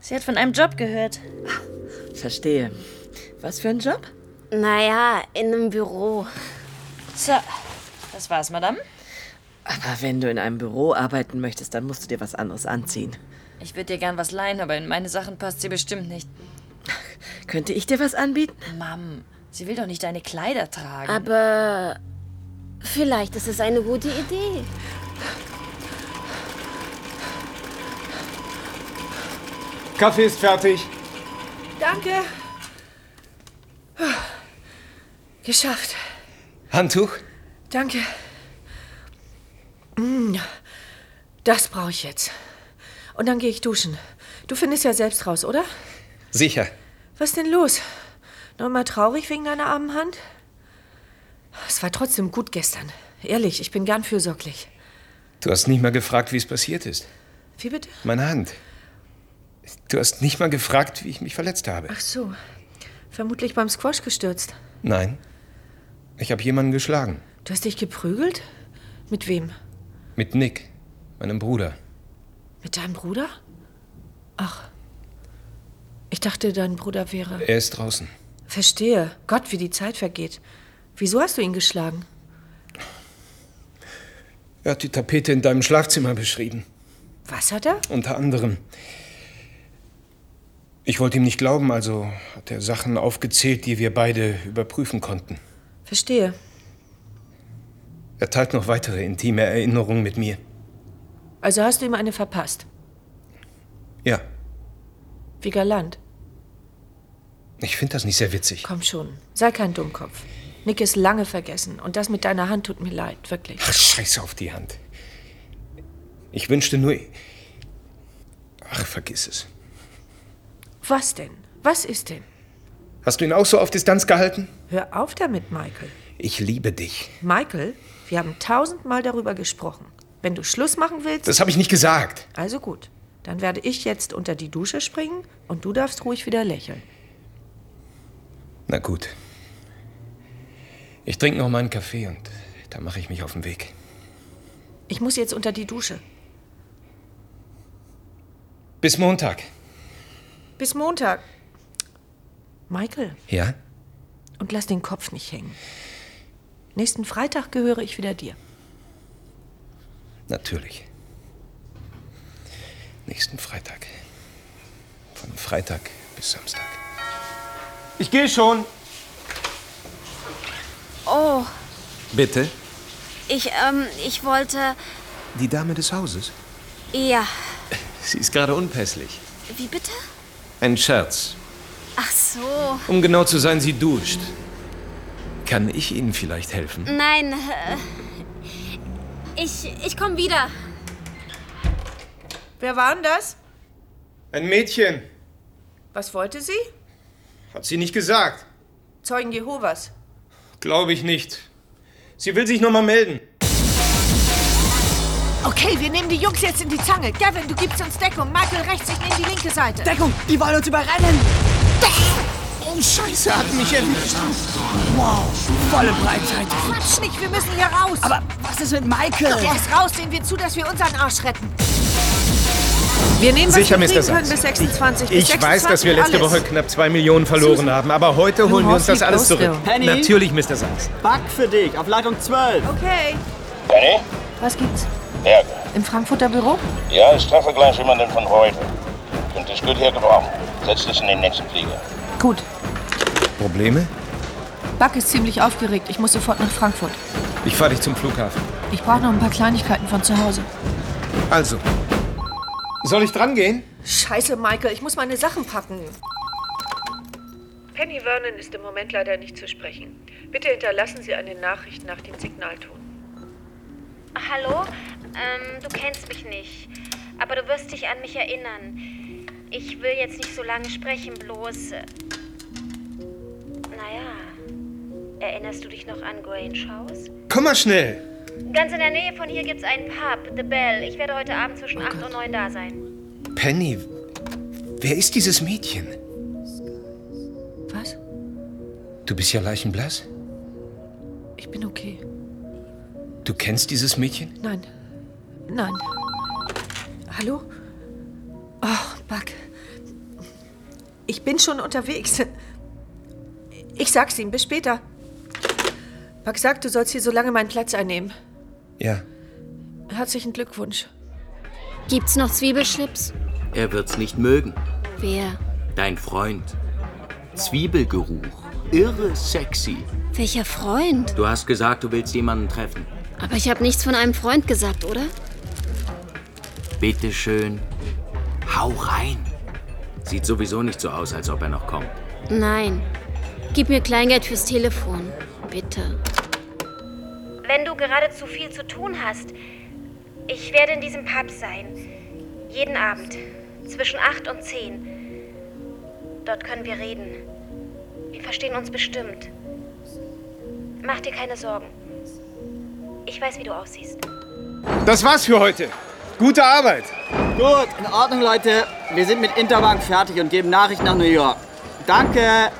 Speaker 4: Sie hat von einem Job gehört.
Speaker 11: verstehe. Was für ein Job?
Speaker 22: Naja, in einem Büro.
Speaker 4: So, das war's, Madame.
Speaker 11: Aber wenn du in einem Büro arbeiten möchtest, dann musst du dir was anderes anziehen.
Speaker 4: Ich würde dir gern was leihen, aber in meine Sachen passt sie bestimmt nicht.
Speaker 11: Könnte ich dir was anbieten?
Speaker 4: Mom, sie will doch nicht deine Kleider tragen.
Speaker 22: Aber vielleicht ist es eine gute Idee.
Speaker 23: Kaffee ist fertig.
Speaker 8: Danke. Geschafft.
Speaker 7: Handtuch?
Speaker 8: Danke. Mm, Das brauche ich jetzt. Und dann gehe ich duschen. Du findest ja selbst raus, oder?
Speaker 7: Sicher.
Speaker 8: Was ist denn los? Noch mal traurig wegen deiner armen Hand? Es war trotzdem gut gestern. Ehrlich, ich bin gern fürsorglich.
Speaker 7: Du hast nicht mal gefragt, wie es passiert ist.
Speaker 8: Wie bitte?
Speaker 7: Meine Hand. Du hast nicht mal gefragt, wie ich mich verletzt habe.
Speaker 8: Ach so. Vermutlich beim Squash gestürzt.
Speaker 7: Nein. Ich habe jemanden geschlagen.
Speaker 8: Du hast dich geprügelt? Mit wem?
Speaker 7: Mit Nick, meinem Bruder.
Speaker 8: Mit deinem Bruder? Ach. Ich dachte, dein Bruder wäre.
Speaker 7: Er ist draußen.
Speaker 8: Verstehe. Gott, wie die Zeit vergeht. Wieso hast du ihn geschlagen?
Speaker 7: Er hat die Tapete in deinem Schlafzimmer beschrieben.
Speaker 8: Was hat er?
Speaker 7: Unter anderem. Ich wollte ihm nicht glauben, also hat er Sachen aufgezählt, die wir beide überprüfen konnten.
Speaker 8: Verstehe.
Speaker 7: Er teilt noch weitere intime Erinnerungen mit mir.
Speaker 8: Also hast du ihm eine verpasst.
Speaker 7: Ja,
Speaker 8: Wie galant.
Speaker 7: ich finde das nicht sehr witzig.
Speaker 8: Komm schon. Sei kein Dummkopf. Nick ist lange vergessen. Und das mit deiner Hand tut mir leid, wirklich.
Speaker 7: Ach, scheiß auf die Hand. Ich wünschte nur. Ach, vergiss es.
Speaker 8: Was denn? Was ist denn?
Speaker 7: Hast du ihn auch so auf Distanz gehalten?
Speaker 8: Hör auf damit, Michael.
Speaker 7: Ich liebe dich.
Speaker 8: Michael, wir haben tausendmal darüber gesprochen. Wenn du Schluss machen willst.
Speaker 7: Das habe ich nicht gesagt.
Speaker 8: Also gut. Dann werde ich jetzt unter die Dusche springen und du darfst ruhig wieder lächeln.
Speaker 7: Na gut. Ich trinke noch meinen Kaffee und dann mache ich mich auf den Weg.
Speaker 8: Ich muss jetzt unter die Dusche.
Speaker 7: Bis Montag.
Speaker 8: Bis Montag. Michael,
Speaker 7: Ja?
Speaker 8: und lass den Kopf nicht hängen. Nächsten Freitag gehöre ich wieder dir.
Speaker 7: Natürlich. Nächsten Freitag. Von Freitag bis Samstag.
Speaker 23: Ich gehe schon.
Speaker 22: Oh,
Speaker 7: Bitte?
Speaker 22: ich, ähm, ich wollte.
Speaker 7: Die Dame des Hauses?
Speaker 22: Ja.
Speaker 7: Sie ist gerade unpässlich.
Speaker 22: Wie bitte?
Speaker 7: Ein Scherz.
Speaker 22: Ach so.
Speaker 7: Um genau zu sein, sie duscht. Kann ich Ihnen vielleicht helfen?
Speaker 22: Nein. Äh, ich, ich komme wieder.
Speaker 8: Wer war denn das?
Speaker 7: Ein Mädchen.
Speaker 8: Was wollte sie?
Speaker 7: Hat sie nicht gesagt.
Speaker 8: Zeugen Jehovas.
Speaker 7: Glaube ich nicht. Sie will sich nochmal melden.
Speaker 9: Okay, wir nehmen die Jungs jetzt in die Zange. Gavin, du gibst uns Deckung. Michael rechts, ich nehme die linke Seite.
Speaker 10: Deckung, die wollen uns überrennen. Oh, Scheiße, hat mich erwischt. Wow, volle Breitseite.
Speaker 9: Quatsch nicht, wir müssen hier raus.
Speaker 10: Aber was ist mit Michael?
Speaker 9: Der ist raus, sehen wir zu, dass wir unseren Arsch retten.
Speaker 8: Wir nehmen, was wir
Speaker 7: Sicher, Mr.
Speaker 8: kriegen können,
Speaker 7: Sands.
Speaker 8: bis 26. bis
Speaker 7: Ich weiß, dass
Speaker 8: 26
Speaker 7: wir letzte
Speaker 8: alles.
Speaker 7: Woche knapp zwei Millionen verloren haben, aber heute
Speaker 9: Im
Speaker 7: holen wir uns
Speaker 9: Haus
Speaker 7: das
Speaker 9: liegt
Speaker 7: alles
Speaker 9: Oslo.
Speaker 7: zurück.
Speaker 9: Penny?
Speaker 7: Natürlich, Mr. Sands.
Speaker 9: Back für dich, auf Leitung 12.
Speaker 8: Okay.
Speaker 15: Penny?
Speaker 8: Was gibt's?
Speaker 15: Berge.
Speaker 8: Im Frankfurter Büro?
Speaker 15: Ja, ich treffe gleich jemanden von heute. Könnte ich gut hergebrauchen. Setz dich in den nächsten Flieger.
Speaker 8: Gut.
Speaker 7: Probleme?
Speaker 8: Buck ist ziemlich aufgeregt. Ich muss sofort nach Frankfurt.
Speaker 7: Ich fahre dich zum Flughafen.
Speaker 8: Ich brauche noch ein paar Kleinigkeiten von zu Hause.
Speaker 7: Also. Soll ich dran gehen?
Speaker 8: Scheiße, Michael, ich muss meine Sachen packen.
Speaker 24: Penny Vernon ist im Moment leider nicht zu sprechen. Bitte hinterlassen Sie eine Nachricht nach dem Signalton.
Speaker 25: Hallo? Ähm, du kennst mich nicht. Aber du wirst dich an mich erinnern. Ich will jetzt nicht so lange sprechen, bloß. äh, Naja. Erinnerst du dich noch an Grange House?
Speaker 7: Komm mal schnell.
Speaker 25: Ganz in der Nähe von hier gibt's einen Pub, The Bell. Ich werde heute Abend zwischen 8 und 9 da sein.
Speaker 7: Penny, wer ist dieses Mädchen?
Speaker 8: Was?
Speaker 7: Du bist ja leichenblass.
Speaker 8: Ich bin okay.
Speaker 7: Du kennst dieses Mädchen?
Speaker 8: Nein. Nein. Hallo? Oh, Buck. Ich bin schon unterwegs. Ich sag's ihm. Bis später. Buck sagt, du sollst hier so lange meinen Platz einnehmen.
Speaker 7: Ja.
Speaker 8: Herzlichen Glückwunsch.
Speaker 26: Gibt's noch Zwiebelschnips?
Speaker 14: Er wird's nicht mögen.
Speaker 26: Wer?
Speaker 14: Dein Freund. Zwiebelgeruch. Irre sexy.
Speaker 3: Welcher Freund?
Speaker 14: Du hast gesagt, du willst jemanden treffen.
Speaker 3: Aber ich habe nichts von einem Freund gesagt, oder?
Speaker 14: Bitte schön. Hau rein. Sieht sowieso nicht so aus, als ob er noch kommt.
Speaker 3: Nein. Gib mir Kleingeld fürs Telefon. Bitte.
Speaker 25: Wenn du gerade zu viel zu tun hast, ich werde in diesem Pub sein. Jeden Abend. Zwischen 8 und 10. Dort können wir reden. Wir verstehen uns bestimmt. Mach dir keine Sorgen. Ich weiß, wie du aussiehst.
Speaker 7: Das war's für heute. Gute Arbeit.
Speaker 9: Gut, in Ordnung, Leute. Wir sind mit Interbank fertig und geben Nachricht nach New York. Danke.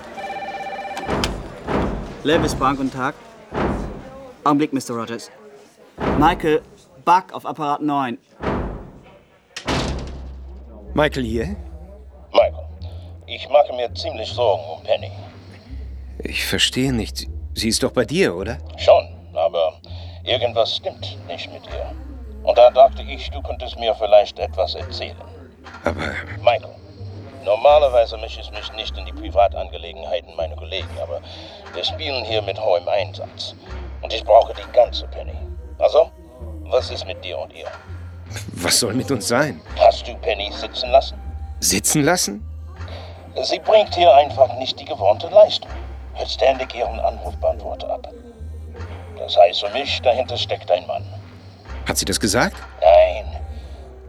Speaker 9: Levis Bank, guten Tag. Augenblick, Mr. Rogers. Michael, Buck auf Apparat 9.
Speaker 7: Michael hier?
Speaker 15: Michael, ich mache mir ziemlich Sorgen um Penny.
Speaker 7: Ich verstehe nicht. Sie ist doch bei dir, oder?
Speaker 15: Schon, aber irgendwas stimmt nicht mit ihr. Und da dachte ich, du könntest mir vielleicht etwas erzählen.
Speaker 7: Aber
Speaker 15: Michael, normalerweise mische ich mich nicht in die Privatangelegenheiten meiner Kollegen, aber wir spielen hier mit hohem Einsatz. Und ich brauche die ganze Penny. Also, was ist mit dir und ihr?
Speaker 7: was soll mit uns sein?
Speaker 15: Hast du Penny sitzen lassen?
Speaker 7: Sitzen lassen?
Speaker 15: Sie bringt hier einfach nicht die gewohnte Leistung. Hört ständig ihren Anrufbeantworter ab. Das heißt für mich, dahinter steckt ein Mann.
Speaker 7: Hat sie das gesagt?
Speaker 15: Nein,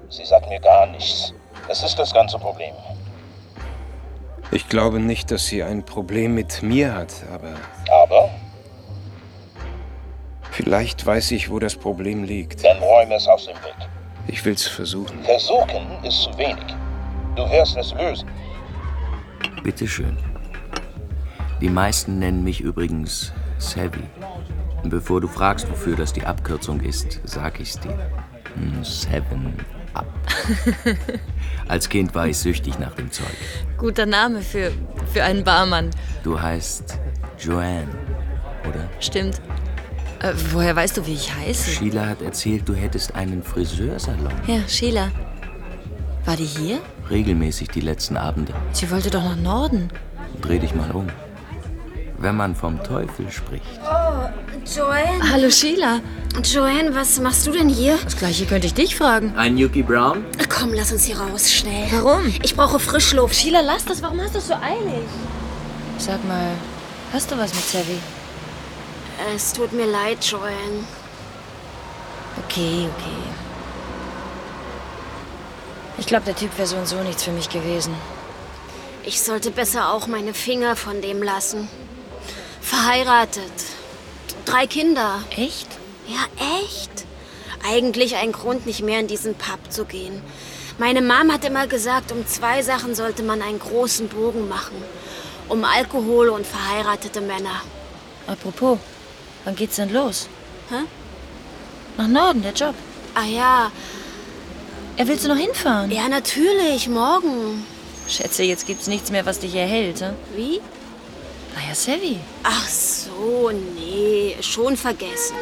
Speaker 15: sie sagt mir gar nichts. Das ist das ganze Problem.
Speaker 7: Ich glaube nicht, dass sie ein Problem mit mir hat, aber
Speaker 15: Aber
Speaker 7: vielleicht weiß ich, wo das Problem liegt.
Speaker 15: dann räume es aus dem Weg.
Speaker 7: Ich will's versuchen.
Speaker 15: Versuchen ist zu wenig. Du wirst es lösen.
Speaker 14: Bitte schön. Die meisten nennen mich übrigens Savvy. Und bevor du fragst, wofür das die Abkürzung ist, sag ich's dir. Hm, Seven Up. Als Kind war ich süchtig nach dem Zeug.
Speaker 4: Guter Name für, für einen Barmann.
Speaker 14: Du heißt Joanne, oder?
Speaker 4: Stimmt. Äh, woher weißt du, wie ich heiße?
Speaker 14: Sheila hat erzählt, du hättest einen Friseursalon.
Speaker 4: Ja, Sheila. War die hier?
Speaker 14: Regelmäßig die letzten Abende.
Speaker 4: Sie wollte doch nach Norden.
Speaker 14: Dreh dich mal um. Wenn man vom Teufel spricht.
Speaker 3: Oh, Joanne.
Speaker 4: Hallo, Sheila.
Speaker 3: Joanne, was machst du denn hier?
Speaker 4: Das gleiche könnte ich dich fragen.
Speaker 14: Ein Yuki Brown?
Speaker 3: Komm, lass uns hier raus, schnell.
Speaker 4: Warum?
Speaker 3: Ich brauche Frischluft.
Speaker 4: Sheila, lass das. Warum hast du es so eilig? Sag mal, hast du was mit Savvy?
Speaker 3: Es tut mir leid, Joanne.
Speaker 4: Okay, okay. Ich glaube, der Typ wäre so und so nichts für mich gewesen.
Speaker 3: Ich sollte besser auch meine Finger von dem lassen. Verheiratet. Drei Kinder.
Speaker 4: Echt?
Speaker 3: Ja, echt. Eigentlich ein Grund, nicht mehr in diesen Pub zu gehen. Meine Mom hat immer gesagt, um zwei Sachen sollte man einen großen Bogen machen. Um Alkohol und verheiratete Männer.
Speaker 4: Apropos, wann geht's denn los?
Speaker 3: Hä?
Speaker 4: Nach Norden, der Job.
Speaker 3: Ah ja.
Speaker 4: Ja, willst du noch hinfahren?
Speaker 3: Ja, natürlich, morgen.
Speaker 4: Schätze, jetzt gibt's nichts mehr, was dich Ah hier hält, ne?
Speaker 3: Wie?
Speaker 4: Naja, Savvy.
Speaker 3: Ach so, nee, schon vergessen.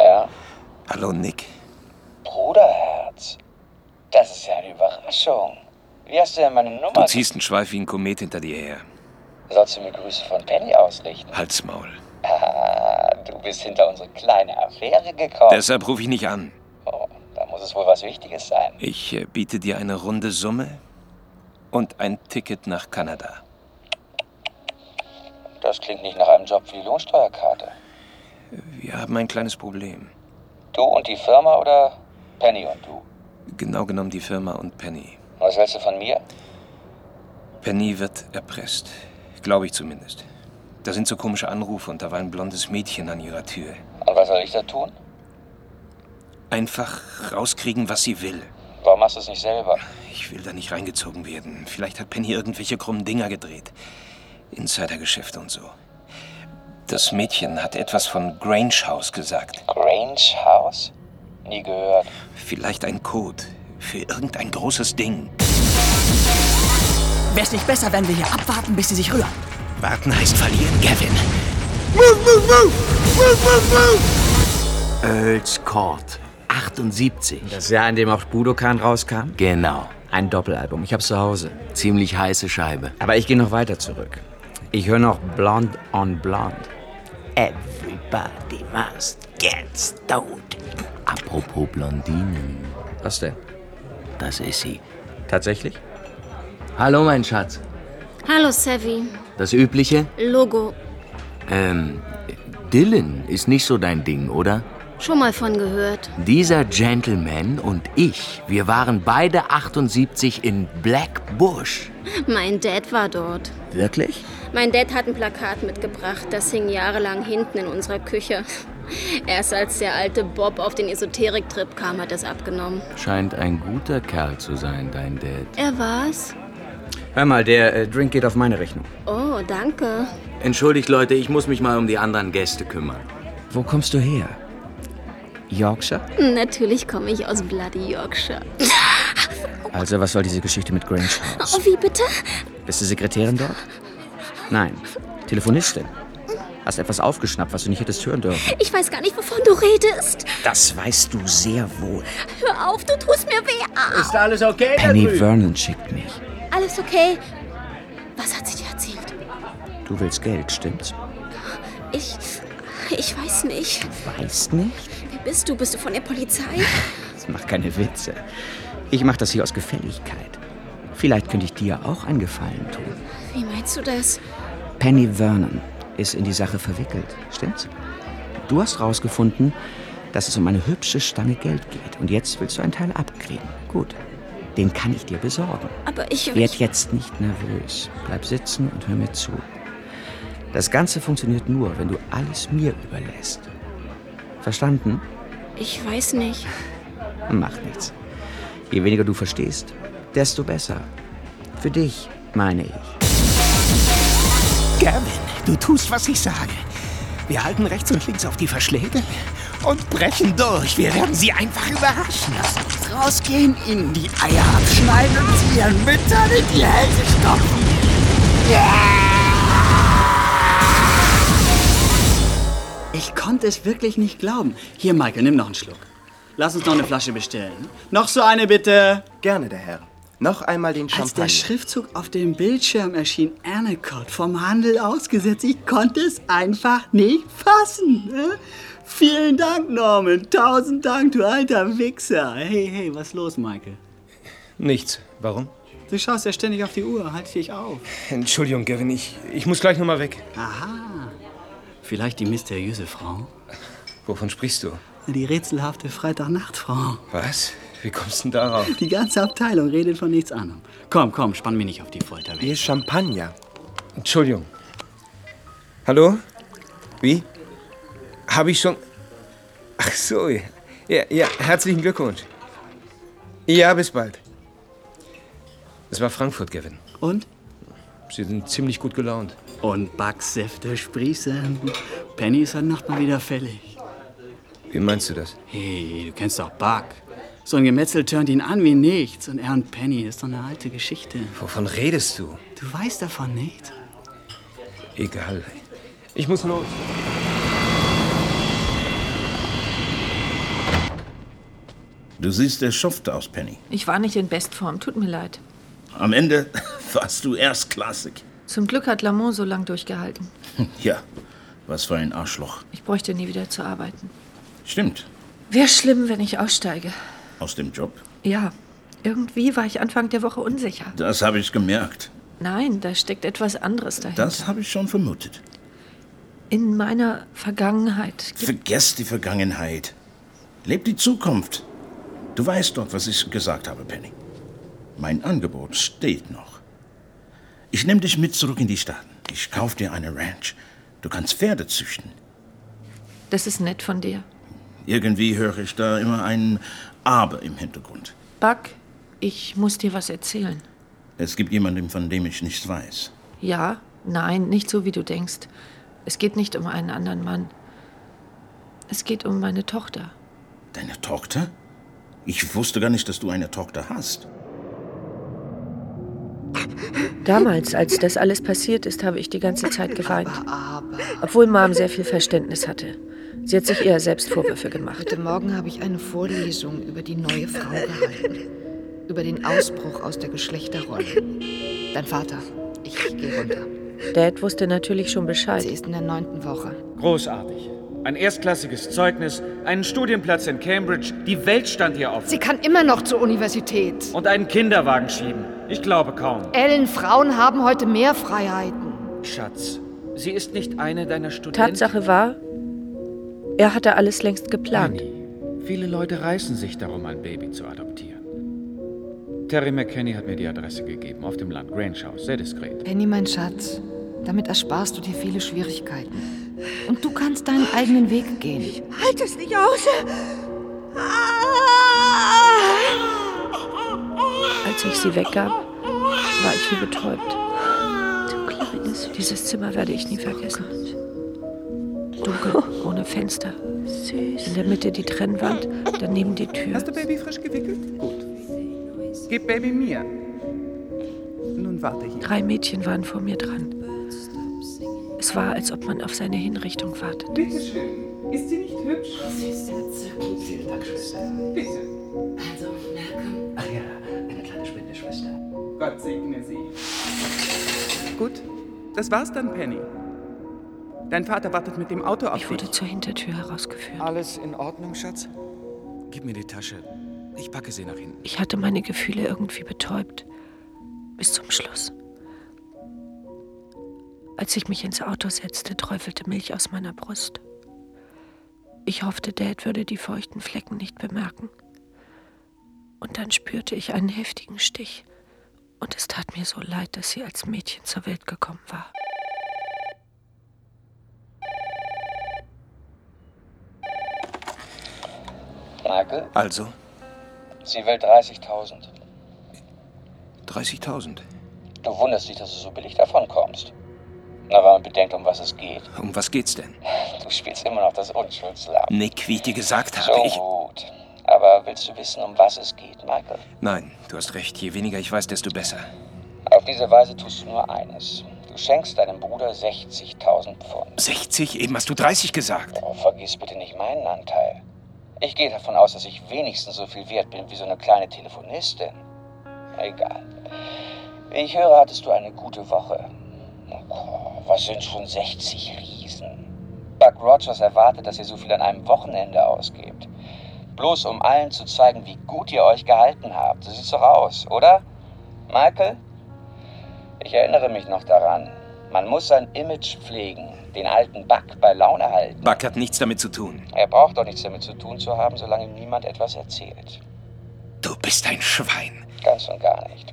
Speaker 6: Ja,
Speaker 10: Hallo, Nick.
Speaker 6: Bruderherz. Das ist ja eine Überraschung. Wie hast du denn meine Nummer?
Speaker 7: Du ziehst einen Schweif wie ein Komet hinter dir her.
Speaker 6: Sollst du mir Grüße von Penny ausrichten?
Speaker 7: Halt's Maul.
Speaker 6: Ah, du bist hinter unsere kleine Affäre gekommen.
Speaker 7: Deshalb rufe ich nicht an.
Speaker 6: da muss es wohl was Wichtiges sein.
Speaker 7: Ich äh, biete dir eine runde Summe und ein Ticket nach Kanada.
Speaker 6: Das klingt nicht nach einem Job für die Lohnsteuerkarte.
Speaker 7: Wir haben ein kleines Problem.
Speaker 6: Du und die Firma oder Penny und du?
Speaker 7: Genau genommen die Firma und Penny.
Speaker 6: Was hältst du von mir?
Speaker 7: Penny wird erpresst. Glaube ich zumindest. Da sind so komische Anrufe und da war ein blondes Mädchen an ihrer Tür.
Speaker 6: Und was soll ich da tun?
Speaker 7: Einfach rauskriegen, was sie will.
Speaker 6: Warum machst du es nicht selber?
Speaker 7: Ich will da nicht reingezogen werden. Vielleicht hat Penny irgendwelche krummen Dinger gedreht. Insidergeschäfte und so. Das Mädchen hat etwas von Grange House gesagt.
Speaker 6: Grange House? Nie gehört.
Speaker 7: Vielleicht ein Code für irgendein großes Ding.
Speaker 2: Wär's nicht besser, wenn wir hier abwarten, bis sie sich rühren?
Speaker 7: Warten heißt verlieren, Gavin.
Speaker 2: Move, move, move! Move, move, move!
Speaker 19: Earls Court, 78. Das Jahr, in dem auch Budokan rauskam? Genau. Ein Doppelalbum. Ich hab's zu Hause. Ziemlich heiße Scheibe. Aber ich gehe noch weiter zurück. Ich höre noch Blonde on Blonde. Everybody must get stoned.
Speaker 7: Apropos Blondinen.
Speaker 19: Was denn?
Speaker 7: Das ist sie.
Speaker 19: Tatsächlich? Hallo, mein Schatz.
Speaker 3: Hallo, Savvy.
Speaker 19: Das Übliche?
Speaker 3: Logo.
Speaker 19: Ähm,
Speaker 7: Dylan ist nicht so dein Ding, oder?
Speaker 3: Schon mal von gehört.
Speaker 19: Dieser Gentleman und ich, wir waren beide 78 in Black Bush.
Speaker 3: Mein Dad war dort.
Speaker 19: Wirklich?
Speaker 3: Mein Dad hat ein Plakat mitgebracht, das hing jahrelang hinten in unserer Küche. Erst als der alte Bob auf den Esoterik-Trip kam, hat er es abgenommen.
Speaker 19: Scheint ein guter Kerl zu sein, dein Dad.
Speaker 3: Er war's?
Speaker 19: Hör mal, der äh, Drink geht auf meine Rechnung.
Speaker 3: Oh, danke.
Speaker 19: Entschuldigt, Leute, ich muss mich mal um die anderen Gäste kümmern. Wo kommst du her? Yorkshire?
Speaker 3: Natürlich komme ich aus Bloody Yorkshire.
Speaker 19: Also, was soll diese Geschichte mit Grange
Speaker 3: Oh,
Speaker 19: House?
Speaker 3: wie bitte?
Speaker 19: Bist du Sekretärin dort? Nein, Telefonistin. Hast etwas aufgeschnappt, was du nicht hättest hören dürfen.
Speaker 3: Ich weiß gar nicht, wovon du redest.
Speaker 19: Das weißt du sehr wohl.
Speaker 3: Hör auf, du tust mir weh. Au.
Speaker 27: Ist alles okay da
Speaker 19: Penny
Speaker 27: drüben?
Speaker 19: Vernon schickt mich.
Speaker 3: Alles okay? Was hat sie dir erzählt?
Speaker 19: Du willst Geld, stimmt's?
Speaker 3: Ich. Ich weiß nicht.
Speaker 19: Weißt nicht?
Speaker 3: Wer bist du? Bist du von der Polizei?
Speaker 19: Das macht keine Witze. Ich mache das hier aus Gefälligkeit. Vielleicht könnte ich dir auch einen Gefallen tun.
Speaker 3: Wie meinst du das?
Speaker 19: Penny Vernon ist in die Sache verwickelt, stimmt's? Du hast rausgefunden, dass es um eine hübsche Stange Geld geht. Und jetzt willst du einen Teil abkriegen. Gut. Den kann ich dir besorgen.
Speaker 3: Aber ich.
Speaker 19: Werd jetzt nicht nervös. Bleib sitzen und hör mir zu. Das Ganze funktioniert nur, wenn du alles mir überlässt. Verstanden?
Speaker 3: Ich weiß nicht.
Speaker 19: Macht nichts. Je weniger du verstehst, desto besser. Für dich, meine ich.
Speaker 10: Gavin, du tust, was ich sage. Wir halten rechts und links auf die Verschläge und brechen durch. Wir werden sie einfach überraschen. Lass uns rausgehen, ihnen die Eier abschneiden und sie ihren Müttern in die Hälse stopfen.
Speaker 9: Ich konnte es wirklich nicht glauben. Hier, Michael, nimm noch einen Schluck.
Speaker 28: Lass uns noch eine Flasche bestellen.
Speaker 9: Noch so eine bitte.
Speaker 28: Gerne, der Herr. Noch einmal den
Speaker 9: Als der
Speaker 28: Champagner.
Speaker 9: Schriftzug auf dem Bildschirm erschien, Ernecott vom Handel ausgesetzt, ich konnte es einfach nicht fassen. ne? Vielen Dank, Norman. Tausend Dank, du alter Wichser. Hey, hey, was ist los, Michael?
Speaker 7: Nichts. Warum?
Speaker 9: Du schaust ja ständig auf die Uhr. Halt dich auf.
Speaker 7: Entschuldigung, Gavin, ich, ich muss gleich nochmal weg.
Speaker 9: Aha. Vielleicht die mysteriöse Frau?
Speaker 7: Wovon sprichst du?
Speaker 9: Die rätselhafte Freitagnachtfrau.
Speaker 7: Was? Wie kommst du denn darauf?
Speaker 9: Die ganze Abteilung redet von nichts anderem. Komm, komm, spann mich nicht auf die Folter. Hier
Speaker 28: ist Champagner.
Speaker 7: Entschuldigung. Hallo? Wie? Habe ich schon. Ach so, ja. ja. Ja, herzlichen Glückwunsch. Ja, bis bald. Es war Frankfurt, Gavin.
Speaker 9: Und?
Speaker 7: Sie sind ziemlich gut gelaunt.
Speaker 9: Und Backsäfte sprießen. Penny ist heute Nacht mal wieder fällig.
Speaker 29: Wie meinst du das?
Speaker 9: Hey, du kennst doch Buck. So ein Gemetzel turnt ihn an wie nichts. Und er und Penny ist doch eine alte Geschichte.
Speaker 7: Wovon redest du?
Speaker 9: Du weißt davon nicht.
Speaker 7: Egal. Ich muss los.
Speaker 15: Du siehst erschöpft aus, Penny.
Speaker 30: Ich war nicht in Bestform, tut mir leid.
Speaker 15: Am Ende warst du erstklassig.
Speaker 30: Zum Glück hat Lamont so lang durchgehalten.
Speaker 15: Ja, was für ein Arschloch.
Speaker 30: Ich bräuchte nie wieder zu arbeiten.
Speaker 15: Stimmt,
Speaker 30: Wäre schlimm, wenn ich aussteige.
Speaker 15: aus dem Job.
Speaker 30: Ja, irgendwie war ich Anfang der Woche unsicher.
Speaker 15: Das habe ich gemerkt.
Speaker 30: Nein, da steckt etwas anderes dahinter.
Speaker 15: Das habe ich schon vermutet.
Speaker 30: In meiner Vergangenheit.
Speaker 15: Vergesst die Vergangenheit. Lebt die Zukunft. Du weißt doch, was ich gesagt habe, Penny. Mein Angebot steht noch. Ich nehme dich mit zurück in die Staaten. Ich kaufe dir eine Ranch. Du kannst Pferde züchten.
Speaker 30: Das ist nett von dir.
Speaker 15: Irgendwie höre ich da immer ein Aber im Hintergrund.
Speaker 30: Buck, ich muss dir was erzählen.
Speaker 15: Es gibt jemanden, von dem ich nichts weiß.
Speaker 30: Ja, nein, nicht so, wie du denkst. Es geht nicht um einen anderen Mann. Es geht um meine Tochter.
Speaker 15: Deine Tochter? Ich wusste gar nicht, dass du eine Tochter hast.
Speaker 8: Damals, als das alles passiert ist, habe ich die ganze Zeit geweint. Obwohl Mom sehr viel Verständnis hatte. Sie hat sich eher selbst Vorwürfe gemacht.
Speaker 31: Heute Morgen habe ich eine Vorlesung über die neue Frau gehalten. Über den Ausbruch aus der Geschlechterrolle. Dein Vater. Ich gehe runter.
Speaker 8: Dad wusste natürlich schon Bescheid.
Speaker 31: Sie ist in der neunten Woche.
Speaker 19: Großartig. Ein erstklassiges Zeugnis, einen Studienplatz in Cambridge, die Welt stand hier offen.
Speaker 31: Sie kann immer noch zur Universität.
Speaker 19: Und einen Kinderwagen schieben. Ich glaube kaum.
Speaker 31: Ellen, Frauen haben heute mehr Freiheiten.
Speaker 19: Schatz, sie ist nicht eine deiner Studenten.
Speaker 8: Tatsache war, er hatte alles längst geplant.
Speaker 19: Viele Leute reißen sich darum, ein Baby zu adoptieren. Terry McKenny hat mir die Adresse gegeben, auf dem Land Grange House, sehr diskret.
Speaker 31: Penny, mein Schatz, damit ersparst du dir viele Schwierigkeiten. Und du kannst deinen eigenen Weg gehen.
Speaker 32: Halt es nicht aus!
Speaker 8: Als ich sie weggab, war ich wie betäubt. Dieses Zimmer werde ich nie vergessen. Dunkel, ohne Fenster. In der Mitte die Trennwand, daneben die Tür.
Speaker 26: Hast du Baby frisch gewickelt? Gut. Gib Baby mir. Nun warte hier.
Speaker 8: Drei Mädchen waren vor mir dran. Es war, als ob man auf seine Hinrichtung wartet.
Speaker 26: Bitte schön. Ist sie nicht hübsch?
Speaker 33: Sie ist ja zirkel. Vielen Dank, Schwester.
Speaker 26: Bitte.
Speaker 33: Also, na komm. Ach ja, eine kleine Spende, Schwester.
Speaker 26: Gott segne sie. Gut, das war's dann, Penny. Dein Vater wartet mit dem Auto auf Ich wurde
Speaker 8: zur Hintertür herausgeführt.
Speaker 26: Alles in Ordnung, Schatz?
Speaker 34: Gib mir die Tasche. Ich packe sie nach hinten.
Speaker 8: Ich hatte meine Gefühle irgendwie betäubt. Bis zum Schluss. Als ich mich ins Auto setzte, träufelte Milch aus meiner Brust. Ich hoffte, Dad würde die feuchten Flecken nicht bemerken. Und dann spürte ich einen heftigen Stich. Und es tat mir so leid, dass sie als Mädchen zur Welt gekommen war.
Speaker 6: Michael,
Speaker 7: Also,
Speaker 6: sie will 30.000.
Speaker 7: 30.000.
Speaker 6: Du wunderst dich, dass du so billig davonkommst. Na, wenn man bedenkt, um was es geht.
Speaker 7: Um was geht's denn?
Speaker 6: Du spielst immer noch das Unschuldslamm.
Speaker 7: Nick, wie ich dir gesagt habe,
Speaker 6: So
Speaker 7: ich...
Speaker 6: gut. Aber willst du wissen, um was es geht, Michael?
Speaker 7: Nein, du hast recht. Je weniger ich weiß, desto besser.
Speaker 6: Auf diese Weise tust du nur eines. Du schenkst deinem Bruder 60.000 Pfund.
Speaker 7: 60? Eben hast du 30 gesagt.
Speaker 6: Oh, vergiss bitte nicht meinen Anteil. Ich gehe davon aus, dass ich wenigstens so viel wert bin wie so eine kleine Telefonistin. Egal. Wie ich höre, hattest du eine gute Woche. Oh, was sind schon 60 Riesen? Buck Rogers erwartet, dass ihr so viel an einem Wochenende ausgebt. Bloß um allen zu zeigen, wie gut ihr euch gehalten habt. So sieht's doch aus, oder? Michael? Ich erinnere mich noch daran. Man muss sein Image pflegen, den alten Buck bei Laune halten.
Speaker 7: Buck hat nichts damit zu tun.
Speaker 6: Er braucht doch nichts damit zu tun zu haben, solange ihm niemand etwas erzählt.
Speaker 7: Du bist ein Schwein.
Speaker 6: Ganz und gar nicht.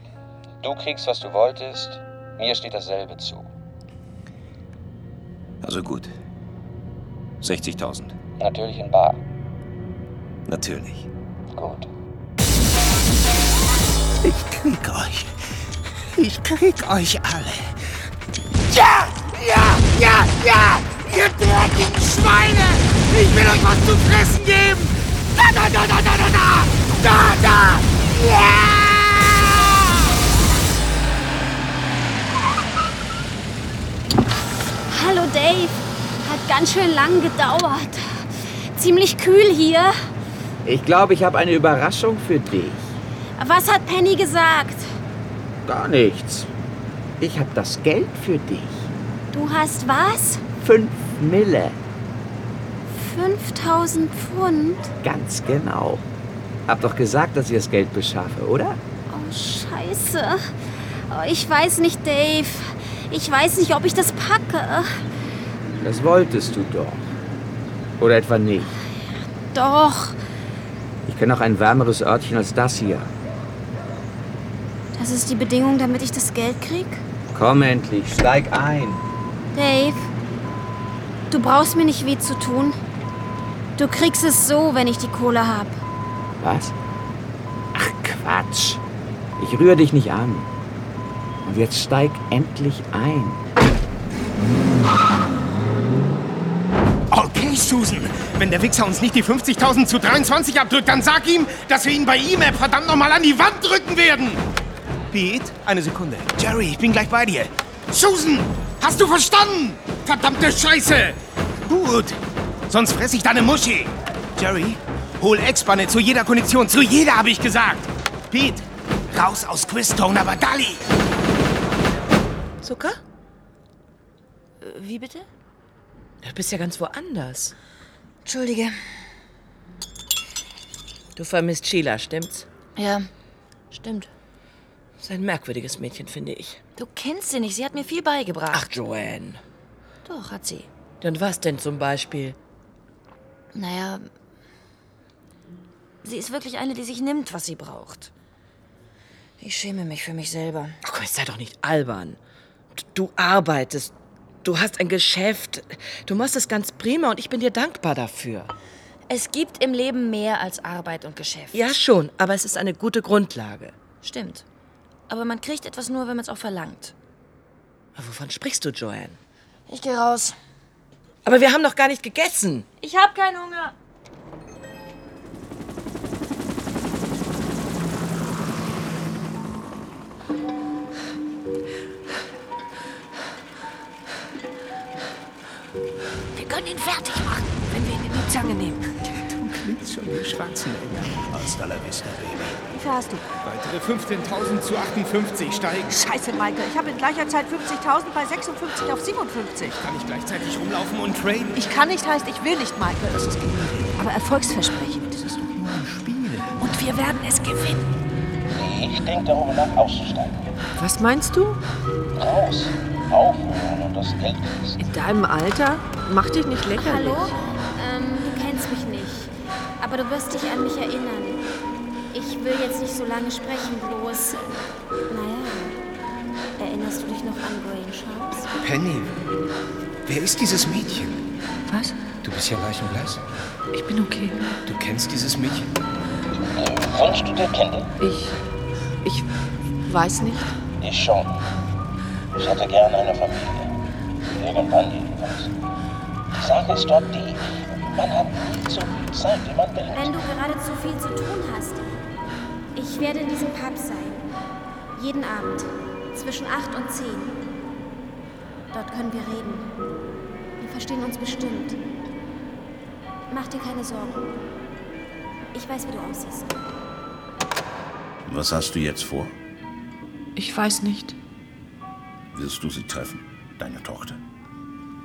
Speaker 6: Du kriegst, was du wolltest. Mir steht dasselbe zu.
Speaker 7: Also gut. 60.000.
Speaker 6: Natürlich in Bar.
Speaker 7: Natürlich.
Speaker 6: Gut.
Speaker 7: Ich krieg euch. Ich krieg euch alle.
Speaker 26: Ja! Ja! Ja! Ja! Ihr dreckigen Schweine!
Speaker 10: Ich will euch was zu fressen geben! Da, da, da, da, da, da, da! Da, da! Ja!
Speaker 6: Hallo Dave. Hat ganz schön lang gedauert. Ziemlich kühl hier.
Speaker 19: Ich glaube, ich habe eine Überraschung für dich.
Speaker 6: Was hat Penny gesagt?
Speaker 19: Gar nichts. Ich habe das Geld für dich.
Speaker 6: Du hast was?
Speaker 19: Fünf Mille.
Speaker 6: 5000 Pfund?
Speaker 19: Ganz genau. Hab doch gesagt, dass ich das Geld beschaffe, oder?
Speaker 6: Oh, scheiße. Oh, ich weiß nicht, Dave. Ich weiß nicht, ob ich das packe.
Speaker 19: Das wolltest du doch. Oder etwa nicht.
Speaker 6: Doch,
Speaker 19: Ich kenne auch ein wärmeres Örtchen als das hier.
Speaker 6: das ist die Bedingung, damit ich das Geld krieg?
Speaker 19: Komm endlich, steig ein.
Speaker 6: Dave, du brauchst mir nicht weh zu tun. Du kriegst es so, wenn ich die Kohle hab.
Speaker 19: Was? Ach Quatsch. Ich rühre dich nicht an. Und jetzt steig endlich ein.
Speaker 10: Okay, Susan. Wenn der Wichser uns nicht die 50.000 zu 23 abdrückt, dann sag ihm, dass wir ihn bei E-Map verdammt nochmal an die Wand drücken werden. Pete, eine Sekunde. Jerry, ich bin gleich bei dir. Susan, hast du verstanden? Verdammte Scheiße. Gut, sonst fress ich deine Muschi. Jerry, hol Ex-Banne zu jeder Kondition. Zu jeder, habe ich gesagt. Pete, raus aus Quiztone, aber Dalli.
Speaker 11: Zucker? Äh, Wie bitte? Du bist ja ganz woanders.
Speaker 4: Entschuldige.
Speaker 11: Du vermisst Sheila, stimmt's?
Speaker 4: Ja, stimmt.
Speaker 11: Ist ein merkwürdiges Mädchen, finde ich.
Speaker 4: Du kennst sie nicht. Sie hat mir viel beigebracht.
Speaker 11: Ach, Joanne.
Speaker 4: Doch, hat sie.
Speaker 11: Dann was denn zum Beispiel?
Speaker 4: Naja, sie ist wirklich eine, die sich nimmt, was sie braucht. Ich schäme mich für mich selber.
Speaker 11: Ach komm, jetzt sei doch nicht albern. D- Du arbeitest. Du hast ein Geschäft. Du machst es ganz prima und ich bin dir dankbar dafür.
Speaker 4: Es gibt im Leben mehr als Arbeit und Geschäft.
Speaker 11: Ja, schon, aber es ist eine gute Grundlage.
Speaker 4: Stimmt. Aber man kriegt etwas nur, wenn man es auch verlangt.
Speaker 11: Aber wovon sprichst du, Joanne?
Speaker 4: Ich gehe raus.
Speaker 11: Aber wir haben noch gar nicht gegessen.
Speaker 4: Ich hab keinen Hunger.
Speaker 35: Wir können ihn fertig machen, wenn wir ihn in die Zange nehmen.
Speaker 36: Klingt's schon im schwarzen Engel. Hasta la vista, Baby.
Speaker 8: Wie viel hast du?
Speaker 36: Weitere 15.000 zu 58 steigen.
Speaker 8: Scheiße, Michael. Ich habe in gleicher Zeit 50.000 bei 56 auf 57.
Speaker 36: Kann ich gleichzeitig rumlaufen und traden?
Speaker 8: Ich kann nicht heißt, ich will nicht, Michael. Das ist genial. Aber Erfolgsversprechen. Das ist doch nur ein Spiel. Und wir werden es gewinnen.
Speaker 15: Ich denke darüber nach, auszusteigen.
Speaker 37: Was meinst du?
Speaker 15: Raus, aufhören und das Geld kriegst.
Speaker 37: In deinem Alter? Mach dich nicht lächerlich.
Speaker 15: Hallo?
Speaker 3: Ähm, du kennst mich nicht. Aber du wirst dich an mich erinnern. Ich will jetzt nicht so lange sprechen, bloß. Naja. Erinnerst du dich noch an Brain Sharps?
Speaker 38: Penny, wer ist dieses Mädchen?
Speaker 37: Was?
Speaker 38: Du bist ja leichenblass.
Speaker 37: Ich bin okay.
Speaker 38: Du kennst dieses Mädchen?
Speaker 15: Wünschst du dir Kinder?
Speaker 37: Ich. Ich weiß nicht.
Speaker 15: Ich schon. Ich hätte gerne eine Familie. Irgendwann jedenfalls. Die Sache ist dort die, man hat nie so viel Zeit, wie man will.
Speaker 3: Wenn du gerade zu viel zu tun hast. Ich werde in diesem Pub sein. Jeden Abend. Zwischen 8 und 10. Dort können wir reden. Wir verstehen uns bestimmt. Mach dir keine Sorgen. Ich weiß, wie du aussiehst.
Speaker 39: Was hast du jetzt vor?
Speaker 37: Ich weiß nicht.
Speaker 39: Willst du sie treffen, deine Tochter?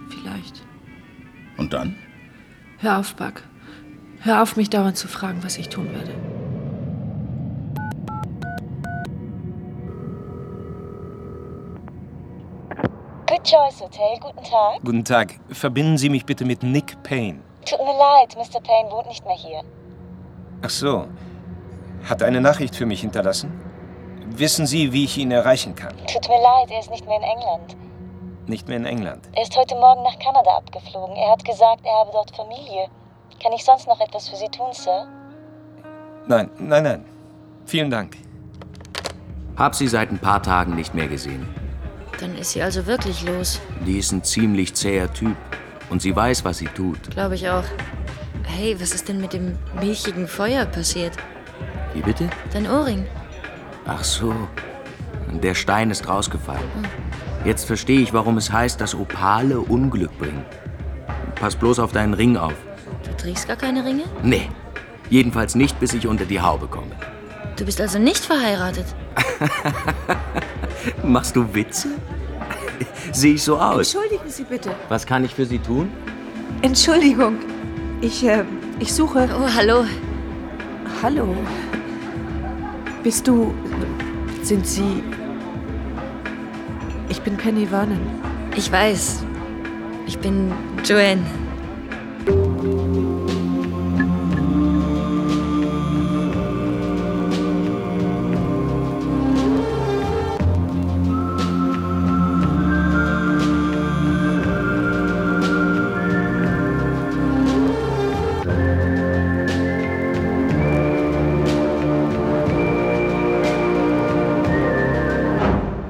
Speaker 37: Vielleicht.
Speaker 39: Und dann?
Speaker 37: Hör auf, Buck. Hör auf, mich dauernd zu fragen, was ich tun werde.
Speaker 40: Good Choice Hotel, guten Tag.
Speaker 7: Guten Tag. Verbinden Sie mich bitte mit Nick Payne.
Speaker 40: Tut mir leid, Mr. Payne wohnt nicht mehr hier.
Speaker 7: Ach so. Hat eine Nachricht für mich hinterlassen? Wissen Sie, wie ich ihn erreichen kann?
Speaker 40: Tut mir leid, er ist nicht mehr in England.
Speaker 7: Nicht mehr in England.
Speaker 40: Er ist heute Morgen nach Kanada abgeflogen. Er hat gesagt, er habe dort Familie. Kann ich sonst noch etwas für Sie tun, Sir?
Speaker 7: Nein, nein, nein. Vielen Dank.
Speaker 14: Hab sie seit ein paar Tagen nicht mehr gesehen.
Speaker 4: Dann ist sie also wirklich los.
Speaker 14: Die ist ein ziemlich zäher Typ. Und sie weiß, was sie tut.
Speaker 4: Glaube ich auch. Hey, was ist denn mit dem milchigen Feuer passiert?
Speaker 14: Wie bitte?
Speaker 4: Dein Ohrring.
Speaker 14: Ach so. Der Stein ist rausgefallen.
Speaker 4: Hm.
Speaker 14: Jetzt verstehe ich, warum es heißt, dass Opale Unglück bringen. Pass bloß auf deinen Ring auf.
Speaker 4: Du trägst gar keine Ringe?
Speaker 14: Nee. Jedenfalls nicht, bis ich unter die Haube komme.
Speaker 4: Du bist also nicht verheiratet.
Speaker 14: Machst du Witze? Sehe ich so aus?
Speaker 8: Entschuldigen Sie bitte.
Speaker 14: Was kann ich für Sie tun?
Speaker 8: Entschuldigung. Ich, äh, ich suche.
Speaker 4: Oh, hallo.
Speaker 8: Hallo. Bist du. Sind Sie. Ich bin Penny Warnen.
Speaker 4: Ich weiß. Ich bin Joanne.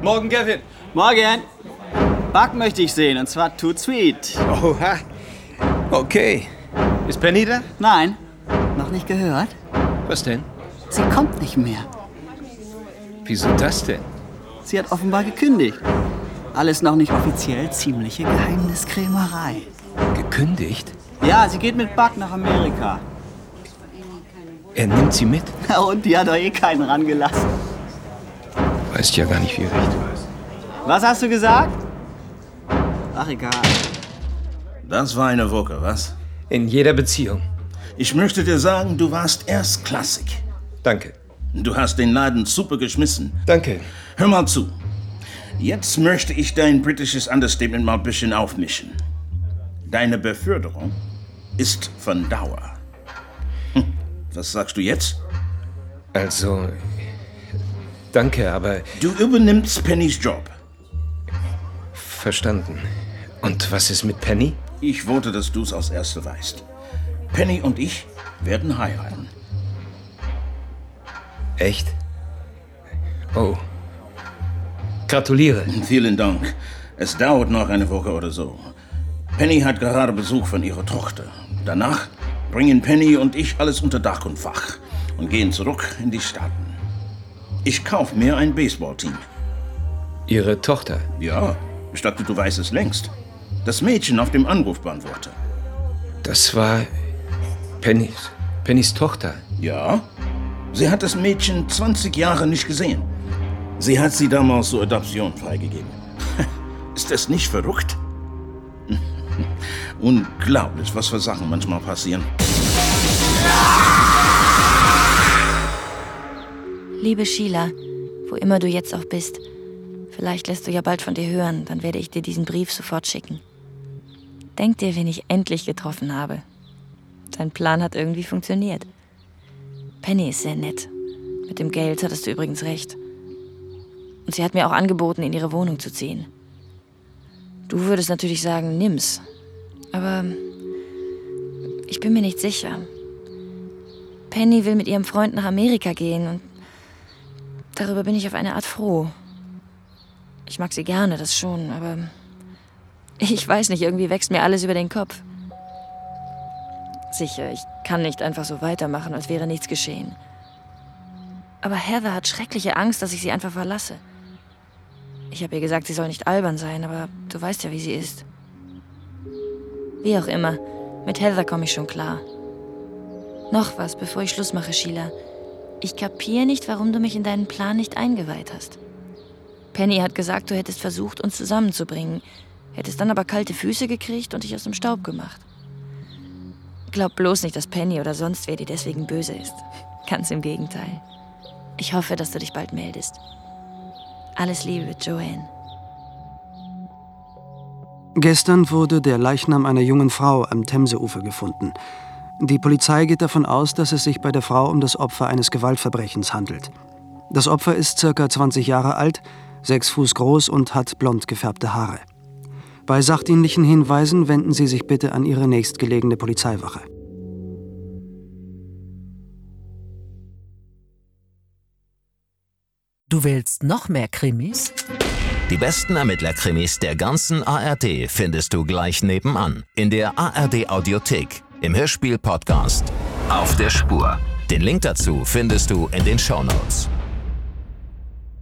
Speaker 9: Morgen, Kevin. Morgen. Buck möchte ich sehen, und zwar Too Sweet. Oha. Okay. Ist Penny da? Nein. Noch nicht gehört?
Speaker 7: Was denn?
Speaker 9: Sie kommt nicht mehr.
Speaker 7: Wieso das denn?
Speaker 9: Sie hat offenbar gekündigt. Alles noch nicht offiziell, ziemliche Geheimniskrämerei.
Speaker 7: Gekündigt?
Speaker 9: Ja, sie geht mit Buck nach Amerika.
Speaker 7: Er nimmt sie mit.
Speaker 9: Na Und die hat doch eh keinen rangelassen.
Speaker 7: Weißt ja gar nicht, wie recht du hast.
Speaker 9: Was hast du gesagt? Ach, egal.
Speaker 15: Das war eine Woche, was? In jeder Beziehung. Ich möchte dir sagen, du warst erstklassig. Danke. Du hast den Laden super geschmissen. Danke. Hör mal zu. Jetzt möchte ich dein britisches Understatement mal ein bisschen aufmischen. Deine Beförderung ist von Dauer. Hm, was sagst du jetzt? Also,
Speaker 7: Danke, aber
Speaker 15: Du übernimmst Pennys Job.
Speaker 7: verstanden. Und was ist mit Penny?
Speaker 15: Ich wollte, dass du es als Erste weißt. Penny und ich werden heiraten.
Speaker 7: Echt? Oh. Gratuliere.
Speaker 15: Vielen Dank. Es dauert noch eine Woche oder so. Penny hat gerade Besuch von ihrer Tochter. Danach bringen Penny und ich alles unter Dach und Fach und gehen zurück in die Staaten. Ich kaufe mir ein Baseballteam.
Speaker 7: Ihre Tochter.
Speaker 15: Ja, ich dachte, du weißt es längst. Das Mädchen auf dem Anrufbeantworter.
Speaker 7: Das war Pennys. Pennys Tochter.
Speaker 15: Ja? Sie hat das Mädchen 20 Jahre nicht gesehen. Sie hat sie damals zur Adoption freigegeben. Ist das nicht verrückt? Unglaublich, was für Sachen manchmal passieren.
Speaker 4: Liebe Sheila, wo immer du jetzt auch bist, vielleicht lässt du ja bald von dir hören, dann werde ich dir diesen Brief sofort schicken. Denk dir, wen ich endlich getroffen habe. Dein Plan hat irgendwie funktioniert. Penny ist sehr nett. Mit dem Geld hattest du übrigens recht. Und sie hat mir auch angeboten, in ihre Wohnung zu ziehen. Du würdest natürlich sagen, nimm's. Aber ich bin mir nicht sicher. Penny will mit ihrem Freund nach Amerika gehen und darüber bin ich auf eine Art froh. Ich mag sie gerne, das schon, aber ich weiß nicht, irgendwie wächst mir alles über den Kopf. Sicher, ich kann nicht einfach so weitermachen, als wäre nichts geschehen. Aber Heather hat schreckliche Angst, dass ich sie einfach verlasse. Ich habe ihr gesagt, sie soll nicht albern sein, aber du weißt ja, wie sie ist. Wie auch immer, mit Heather komme ich schon klar. Noch was, bevor ich Schluss mache, Sheila. Ich kapiere nicht, warum du mich in deinen Plan nicht eingeweiht hast. Penny hat gesagt, du hättest versucht, uns zusammenzubringen, hättest dann aber kalte Füße gekriegt und dich aus dem Staub gemacht. Glaub bloß nicht, dass Penny oder sonst wer dir deswegen böse ist. Ganz im Gegenteil. Ich hoffe, dass du dich bald meldest. Alles Liebe, Joanne.
Speaker 26: Gestern wurde der Leichnam einer jungen Frau am Themseufer gefunden. Die Polizei geht davon aus, dass es sich bei der Frau um das Opfer eines Gewaltverbrechens handelt. Das Opfer ist circa 20 Jahre alt, sechs Fuß groß und hat blond gefärbte Haare. Bei sachdienlichen Hinweisen wenden Sie sich bitte an Ihre nächstgelegene Polizeiwache.
Speaker 11: Du willst noch mehr Krimis?
Speaker 19: Die besten Ermittlerkrimis der ganzen ARD findest du gleich nebenan in der ARD Audiothek.
Speaker 14: im Hörspiel-Podcast Auf der Spur. Den Link dazu findest du in den Shownotes.